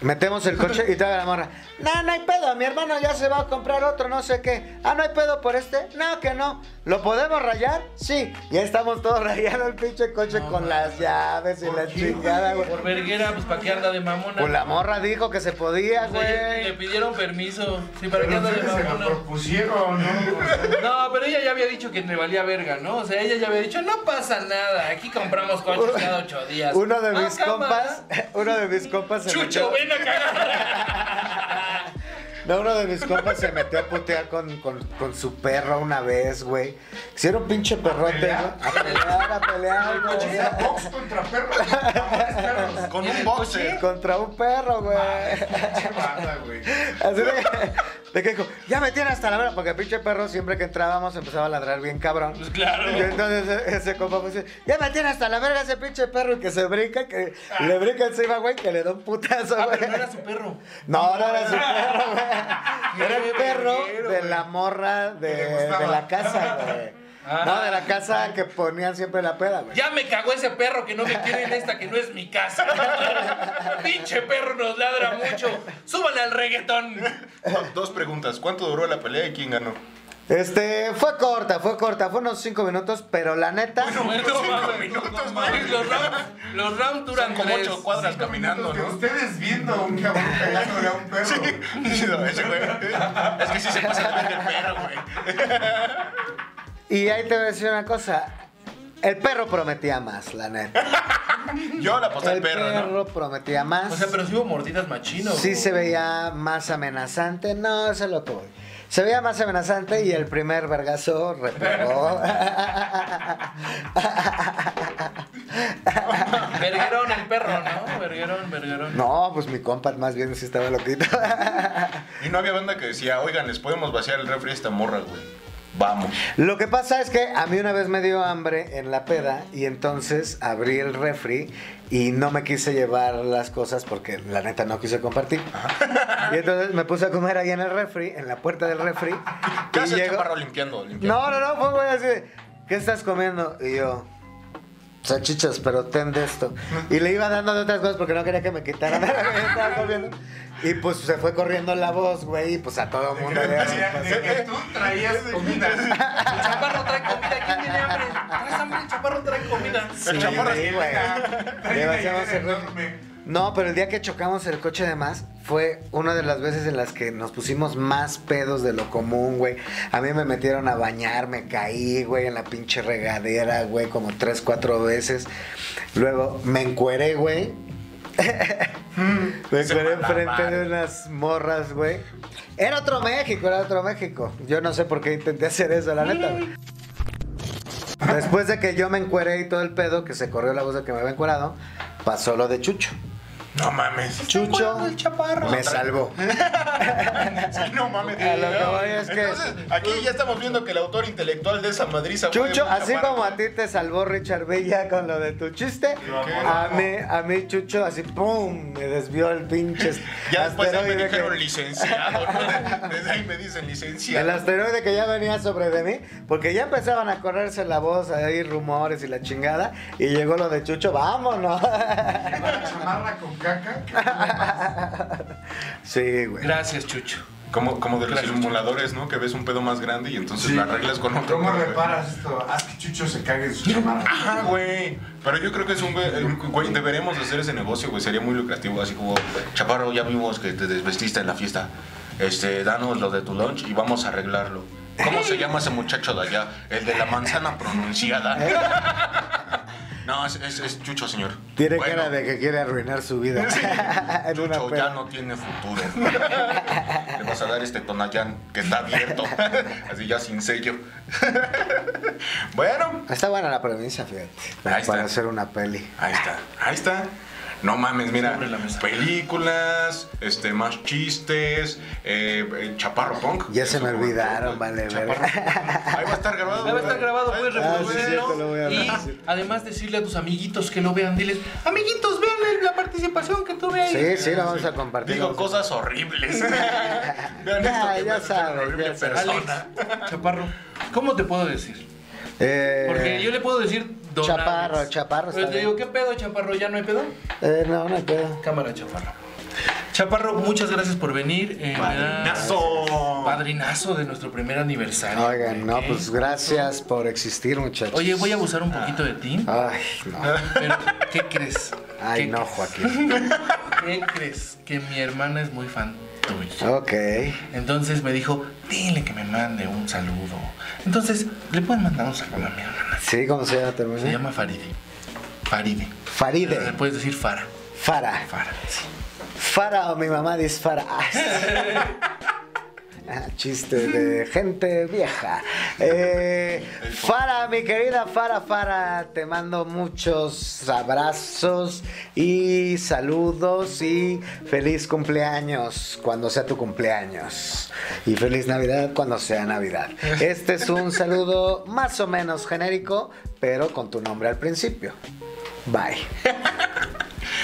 [SPEAKER 4] Metemos el coche y trae la morra. No, no hay pedo, mi hermano ya se va a comprar otro, no sé qué. Ah, no hay pedo por este. No, que no. ¿Lo podemos rayar? Sí. Ya estamos todos [LAUGHS] rayando el pinche coche con las llaves y la chingada, güey.
[SPEAKER 3] Por verguera, pues para qué anda de mamona.
[SPEAKER 4] Pues la morra dijo que se podía,
[SPEAKER 3] O sea, Le le
[SPEAKER 4] güey.
[SPEAKER 3] pidieron permiso. Sí, para
[SPEAKER 6] Pero
[SPEAKER 3] qué anda de
[SPEAKER 6] ustedes se la
[SPEAKER 3] mamona.
[SPEAKER 6] propusieron, ¿no?
[SPEAKER 3] No, pero ella ya había dicho que le valía verga, ¿no? O sea, ella ya había dicho, no pasa nada, aquí compramos coches cada ocho días.
[SPEAKER 4] Uno de
[SPEAKER 3] Ah,
[SPEAKER 4] mis
[SPEAKER 3] cámara.
[SPEAKER 4] compas, [LAUGHS] uno de mis compas se
[SPEAKER 3] Chucho,
[SPEAKER 4] metió,
[SPEAKER 3] ven acá.
[SPEAKER 4] no, uno de mis compas se metió a putear con, con, con su perro una vez, güey. Si era un pinche perrote, güey. A pelear, a pelear,
[SPEAKER 6] O sea,
[SPEAKER 4] güey.
[SPEAKER 6] box contra perros. Contra perros.
[SPEAKER 5] Con
[SPEAKER 4] Pues
[SPEAKER 5] un boxer.
[SPEAKER 4] Contra un perro, güey.
[SPEAKER 6] Qué banda, güey.
[SPEAKER 4] Así de, de que dijo, ya me tiene hasta la hora, porque el pinche perro siempre que entrábamos empezaba a ladrar bien cabrón.
[SPEAKER 3] Pues claro.
[SPEAKER 4] Y entonces ese, ese compa pues dice, ya me tiene hasta la verga ese pinche perro y que se brinca, que le brinca encima, güey, que le da un putazo,
[SPEAKER 3] Ah,
[SPEAKER 4] güey.
[SPEAKER 3] pero no era su perro.
[SPEAKER 4] No,
[SPEAKER 3] [LAUGHS]
[SPEAKER 4] no era su perro, güey. Era el perro de la morra de,
[SPEAKER 6] Que le gustaba.
[SPEAKER 4] de la casa, güey.
[SPEAKER 3] Ah.
[SPEAKER 4] No, de la casa que ponían siempre la peda, güey.
[SPEAKER 3] Ya me cagó ese perro que no me quiere en esta que no es mi
[SPEAKER 5] [LAUGHS]
[SPEAKER 3] casa. Pinche perro nos ladra mucho. Súbale al reggaetón.
[SPEAKER 5] Do- Dos preguntas. ¿Cuánto duró la pelea y quién ganó?
[SPEAKER 4] Este, fue corta, fue corta, fue unos cinco minutos, pero la neta.
[SPEAKER 3] Bueno,
[SPEAKER 5] [LAUGHS] cinco
[SPEAKER 3] mames,
[SPEAKER 5] minutos,
[SPEAKER 3] no mames,
[SPEAKER 5] mames.
[SPEAKER 3] Los rounds los rounds duran
[SPEAKER 5] Son como
[SPEAKER 3] tres.
[SPEAKER 5] ocho cuadras caminando,
[SPEAKER 6] Que
[SPEAKER 5] ¿no?
[SPEAKER 6] Ustedes viendo a un cabrón callando a un perro.
[SPEAKER 5] Sí, [LAUGHS] No, ese güey. Es que sí se pasa el del perro, güey.
[SPEAKER 4] Y ahí te voy a decir una cosa. El perro prometía más, la neta.
[SPEAKER 5] Yo la aposté al
[SPEAKER 4] El
[SPEAKER 5] perro, ¿no?
[SPEAKER 4] perro prometía más.
[SPEAKER 3] O sea, pero sí hubo mordidas machino.
[SPEAKER 4] Sí
[SPEAKER 3] güey.
[SPEAKER 4] se veía más amenazante. No, eso es lo que voy. Se veía más amenazante y el primer vergazo repegó. [LAUGHS]
[SPEAKER 3] Verguerón el perro, ¿no? Verguerón, verguerón.
[SPEAKER 4] No, pues mi compa más bien sí estaba loquito.
[SPEAKER 5] Y no había banda que decía, oigan, les podemos vaciar el refri a esta morra, güey. Vamos.
[SPEAKER 4] Lo que pasa es que a mí una vez me dio hambre en la peda y entonces abrí el refri y no me quise llevar las cosas porque la neta no quise compartir. Y entonces me puse a comer ahí en el refri, en la puerta del refri.
[SPEAKER 5] ¿Qué
[SPEAKER 4] y
[SPEAKER 5] haces,
[SPEAKER 4] llego-
[SPEAKER 5] chaparro, limpiando?
[SPEAKER 4] No,
[SPEAKER 5] limpiando?
[SPEAKER 4] no, no, fue güey así de, ¿qué estás comiendo? Y yo, salchichas, pero ten de esto. Y le iba dando de otras cosas porque no quería que me quitaran de lo que yo estaba comiendo. Y pues se fue corriendo la voz, güey, y pues a todo el
[SPEAKER 5] [LAUGHS]
[SPEAKER 4] mundo.
[SPEAKER 6] O
[SPEAKER 4] le-
[SPEAKER 6] sea, de que tú traías comida.
[SPEAKER 3] El chaparro trae comida, ¿quién tiene hambre? Traes hambre, el chaparro trae comida.
[SPEAKER 5] El chaparro
[SPEAKER 4] sí,
[SPEAKER 5] es-
[SPEAKER 4] güey.
[SPEAKER 6] Trae
[SPEAKER 4] Le
[SPEAKER 6] una
[SPEAKER 4] vaciamos el
[SPEAKER 5] [LAUGHS]
[SPEAKER 6] hielera
[SPEAKER 4] refri.
[SPEAKER 6] enorme.
[SPEAKER 4] No, pero el día que chocamos el coche de más fue una de las veces en las que nos pusimos más pedos de lo común, güey. A mí me metieron a bañar, me caí, güey, en la pinche regadera, güey, como tres, cuatro veces. Luego me encueré, güey. me
[SPEAKER 5] Mm. Se
[SPEAKER 4] encueré
[SPEAKER 5] manda
[SPEAKER 4] enfrente
[SPEAKER 5] mal.
[SPEAKER 4] de unas morras, güey. Era otro México, era otro México. Yo no sé por qué intenté hacer eso, la neta, güey. Después de que yo me encueré y todo el pedo, que se corrió la voz de que me había encuerado, pasó lo de Chucho.
[SPEAKER 6] No mames.
[SPEAKER 4] Chucho
[SPEAKER 5] el chaparro.
[SPEAKER 4] me salvó.
[SPEAKER 5] Sí, [LAUGHS] no mames.
[SPEAKER 4] A lo que voy es que-
[SPEAKER 5] Entonces, aquí ya estamos viendo que el autor intelectual de esa madriza fue
[SPEAKER 4] Chucho,
[SPEAKER 5] un
[SPEAKER 4] así
[SPEAKER 5] chaparro.
[SPEAKER 4] como a ti te salvó Richard Villa con lo de tu chiste, a mí, a mí Chucho así ¡pum! me desvió el pinche
[SPEAKER 5] [LAUGHS] Ya después de ahí me
[SPEAKER 4] asteroide
[SPEAKER 5] dijeron
[SPEAKER 4] Ah, que-
[SPEAKER 5] licenciado.
[SPEAKER 4] [LAUGHS]
[SPEAKER 5] ¿no? Desde ahí me dicen licenciado.
[SPEAKER 4] el asteroide que ya venía sobre de mí, porque ya empezaban a correrse la voz, ahí rumores y la chingada, y llegó lo de Chucho, vámonos. [LAUGHS]
[SPEAKER 6] Una chamarra con caca.
[SPEAKER 4] Sí, güey.
[SPEAKER 3] Gracias, Chucho.
[SPEAKER 5] Como, como de los
[SPEAKER 3] Gracias,
[SPEAKER 5] simuladores, ¿no? Que ves un pedo más grande y entonces
[SPEAKER 6] Sí.
[SPEAKER 5] lo arreglas con otro.
[SPEAKER 6] ¿Cómo
[SPEAKER 5] pedo, güey.
[SPEAKER 6] reparas esto? Haz que Chucho se cague en su chamarra.
[SPEAKER 5] Ajá, güey. Pero yo creo que es un güey, un güey, deberíamos hacer ese negocio, güey. Sería muy lucrativo, así como, chaparro, ya vimos que te desvestiste en la fiesta. Este, danos lo de tu lunch y vamos a arreglarlo. ¿Cómo se llama ese muchacho de allá? El de la manzana
[SPEAKER 4] [LAUGHS]
[SPEAKER 5] pronunciada. No, es, es- es Chucho, señor.
[SPEAKER 4] ¿Eh? Tiene
[SPEAKER 5] Bueno,
[SPEAKER 4] cara de que quiere arruinar su vida. [LAUGHS] En una
[SPEAKER 5] Chucho
[SPEAKER 4] peda.
[SPEAKER 5] ya no tiene futuro. Le vas a dar este Tonayán que está abierto. [LAUGHS] Así ya sin sello. [LAUGHS] Bueno,
[SPEAKER 4] Está buena la premisa, fíjate.
[SPEAKER 5] Ahí está.
[SPEAKER 4] Para hacer una peli.
[SPEAKER 5] Ahí está, ahí está. No mames, mira,
[SPEAKER 3] Sobre la mesa.
[SPEAKER 5] películas, este, más chistes, eh, eh, Chaparro Punk.
[SPEAKER 4] Ya se
[SPEAKER 5] Eso,
[SPEAKER 4] me
[SPEAKER 5] güey,
[SPEAKER 4] olvidaron,
[SPEAKER 5] güey,
[SPEAKER 4] vale,
[SPEAKER 5] Chaparro
[SPEAKER 4] verga.
[SPEAKER 5] Punk. [LAUGHS] Ahí va a estar grabado.
[SPEAKER 3] Va a estar
[SPEAKER 5] güey.
[SPEAKER 3] grabado, puedes
[SPEAKER 4] Ah, sí, es
[SPEAKER 5] Ahí-
[SPEAKER 3] reproducirlo.
[SPEAKER 4] cierto, lo voy a
[SPEAKER 3] y
[SPEAKER 4] ver, sí.
[SPEAKER 3] además decirle a tus amiguitos que lo vean, diles, amiguitos, vean la participación que tuve ahí.
[SPEAKER 4] Sí, sí, la vamos a compartir.
[SPEAKER 5] Digo
[SPEAKER 4] Vamos a-
[SPEAKER 5] cosas horribles. [LAUGHS] Vean
[SPEAKER 4] Ah, Ya,
[SPEAKER 5] esto
[SPEAKER 4] ya
[SPEAKER 5] que me suena
[SPEAKER 4] sabes,
[SPEAKER 5] horrible
[SPEAKER 4] ya sabes.
[SPEAKER 3] Alex,
[SPEAKER 5] persona.
[SPEAKER 3] [LAUGHS] Chaparro, ¿cómo te puedo decir?
[SPEAKER 4] Eh,
[SPEAKER 3] Porque yo le puedo decir don
[SPEAKER 4] Chaparro,
[SPEAKER 3] Alex.
[SPEAKER 4] Chaparro
[SPEAKER 3] Pero
[SPEAKER 4] está
[SPEAKER 3] te digo, ¿qué
[SPEAKER 4] bien.
[SPEAKER 3] pedo, Chaparro? ¿Ya no hay pedo?
[SPEAKER 4] eh, no, no hay pedo.
[SPEAKER 3] Cámara, Chaparro. Chaparro, muchas gracias por venir. Eh, me da-
[SPEAKER 5] Nazo.
[SPEAKER 3] Padrinazo de nuestro primer aniversario.
[SPEAKER 4] Oigan, no,
[SPEAKER 3] ¿eh?
[SPEAKER 4] pues gracias por existir, muchachos.
[SPEAKER 3] Oye, voy a abusar un poquito de ti,
[SPEAKER 4] Ay,
[SPEAKER 3] [LAUGHS]
[SPEAKER 4] no.
[SPEAKER 3] pero ¿qué crees?
[SPEAKER 4] ah. Ay,
[SPEAKER 3] ¿Qué
[SPEAKER 4] no,
[SPEAKER 3] crees?
[SPEAKER 4] Joaquín.
[SPEAKER 3] ¿Qué crees? Que mi hermana es muy fan tuya.
[SPEAKER 4] Ok.
[SPEAKER 3] Entonces me dijo, dile que me mande un saludo. Entonces, ¿le pueden mandar un saludo a mi hermana?
[SPEAKER 4] Sí, ¿cómo se llama? también?
[SPEAKER 3] Se llama Faride. Faride. Pero Le
[SPEAKER 4] Faride.
[SPEAKER 3] Eh, puedes decir Fara.
[SPEAKER 4] Fara.
[SPEAKER 3] Fara, sí.
[SPEAKER 4] Fara o mi mamá dice Fara. Ah, Chiste de gente vieja. Eh, Fara, mi querida Fara, Fara, te mando muchos abrazos y saludos y feliz cumpleaños cuando sea tu cumpleaños. Y feliz Navidad cuando sea Navidad. Este es un saludo más o menos genérico, pero con tu nombre al principio. Bye.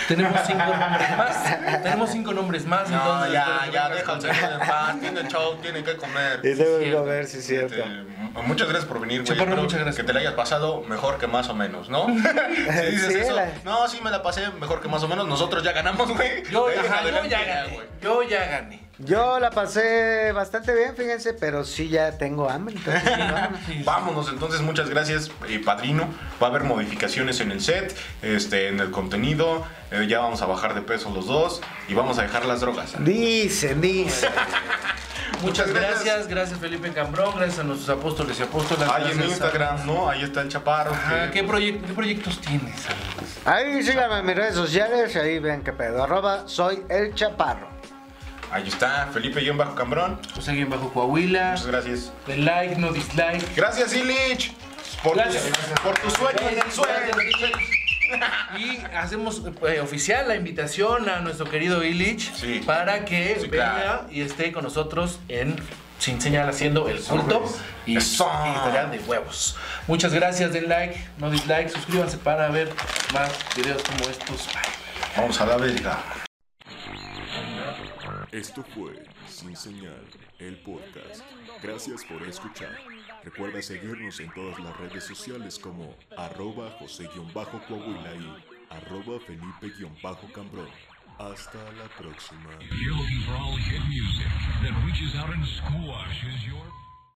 [SPEAKER 3] Tenemos cinco nombres más. Tenemos cinco nombres más.
[SPEAKER 5] No,
[SPEAKER 3] entonces,
[SPEAKER 5] ya,
[SPEAKER 3] espero que
[SPEAKER 5] ya,
[SPEAKER 3] vengas
[SPEAKER 5] deja al
[SPEAKER 3] con-
[SPEAKER 5] señor
[SPEAKER 3] [LAUGHS]
[SPEAKER 5] en paz. Tiene show, tiene que comer.
[SPEAKER 4] Y tengo que
[SPEAKER 3] Cierto.
[SPEAKER 4] comer, si es cierto.
[SPEAKER 5] Este, muchas gracias por venir, güey.
[SPEAKER 3] Chaparro,
[SPEAKER 5] Espero
[SPEAKER 3] muchas gracias.
[SPEAKER 5] Que te la hayas pasado mejor que más o
[SPEAKER 3] [LAUGHS]
[SPEAKER 5] menos, ¿no? si dices
[SPEAKER 4] Sí,
[SPEAKER 5] eso,
[SPEAKER 4] la-
[SPEAKER 5] no, sí me la pasé mejor que más o menos. Nosotros ya ganamos, güey.
[SPEAKER 3] Yo,
[SPEAKER 5] De ahí en
[SPEAKER 3] ajá, yo
[SPEAKER 5] adelante
[SPEAKER 3] ya
[SPEAKER 5] ya,
[SPEAKER 3] gané.
[SPEAKER 5] güey.
[SPEAKER 3] Yo ya gané.
[SPEAKER 4] Yo la pasé bastante bien, fíjense, pero sí ya tengo hambre. entonces, vámonos.
[SPEAKER 3] Sí, sí.
[SPEAKER 5] Vámonos entonces, muchas gracias, eh, padrino. Va a haber modificaciones en el set, este, en el contenido. Eh, ya vamos a bajar de peso los dos y vamos a dejar las drogas.
[SPEAKER 4] [LAUGHS] dicen, dicen.
[SPEAKER 3] Muchas
[SPEAKER 5] Muchas gracias.
[SPEAKER 3] gracias, gracias Felipe Cambrón, gracias a nuestros apóstoles y apóstolas.
[SPEAKER 5] Ahí en
[SPEAKER 3] gracias a-
[SPEAKER 5] Instagram, ¿no? Ahí está el chaparro.
[SPEAKER 3] Ajá,
[SPEAKER 5] que-
[SPEAKER 3] ¿qué, proye- qué proyectos tienes?
[SPEAKER 4] Ahí síganme en mis redes sociales, ahí ven qué pedo. Arroba soy el chaparro.
[SPEAKER 5] Ahí está, Felipe y bajo cambrón.
[SPEAKER 3] José Guillén Pues, Bajo Coahuila.
[SPEAKER 5] Muchas gracias.
[SPEAKER 3] De like, no dislike.
[SPEAKER 5] Gracias, Illich. Por,
[SPEAKER 3] Gracias.
[SPEAKER 5] Tu, por tu sueño,
[SPEAKER 3] Gracias,
[SPEAKER 5] sueño.
[SPEAKER 3] gracias, [LAUGHS] Y hacemos eh, oficial la invitación a nuestro querido Illich
[SPEAKER 5] Sí.
[SPEAKER 3] para que
[SPEAKER 5] Sí,
[SPEAKER 3] venga
[SPEAKER 5] claro.
[SPEAKER 3] y esté con nosotros en Sin Señal haciendo el culto y, y
[SPEAKER 5] Eso.
[SPEAKER 3] estaría de huevos. Muchas gracias, den like, no dislike, suscríbanse para ver más videos como estos. Bye.
[SPEAKER 5] Vamos a la verga.
[SPEAKER 2] Esto fue Sin Señal, el podcast. Gracias por escuchar. Recuerda seguirnos en todas las redes sociales como arroba José-Coahuila y arroba Felipe-Cambrón. Hasta la próxima.
[SPEAKER 1] If you're looking for all hit music that reaches out and squashes your...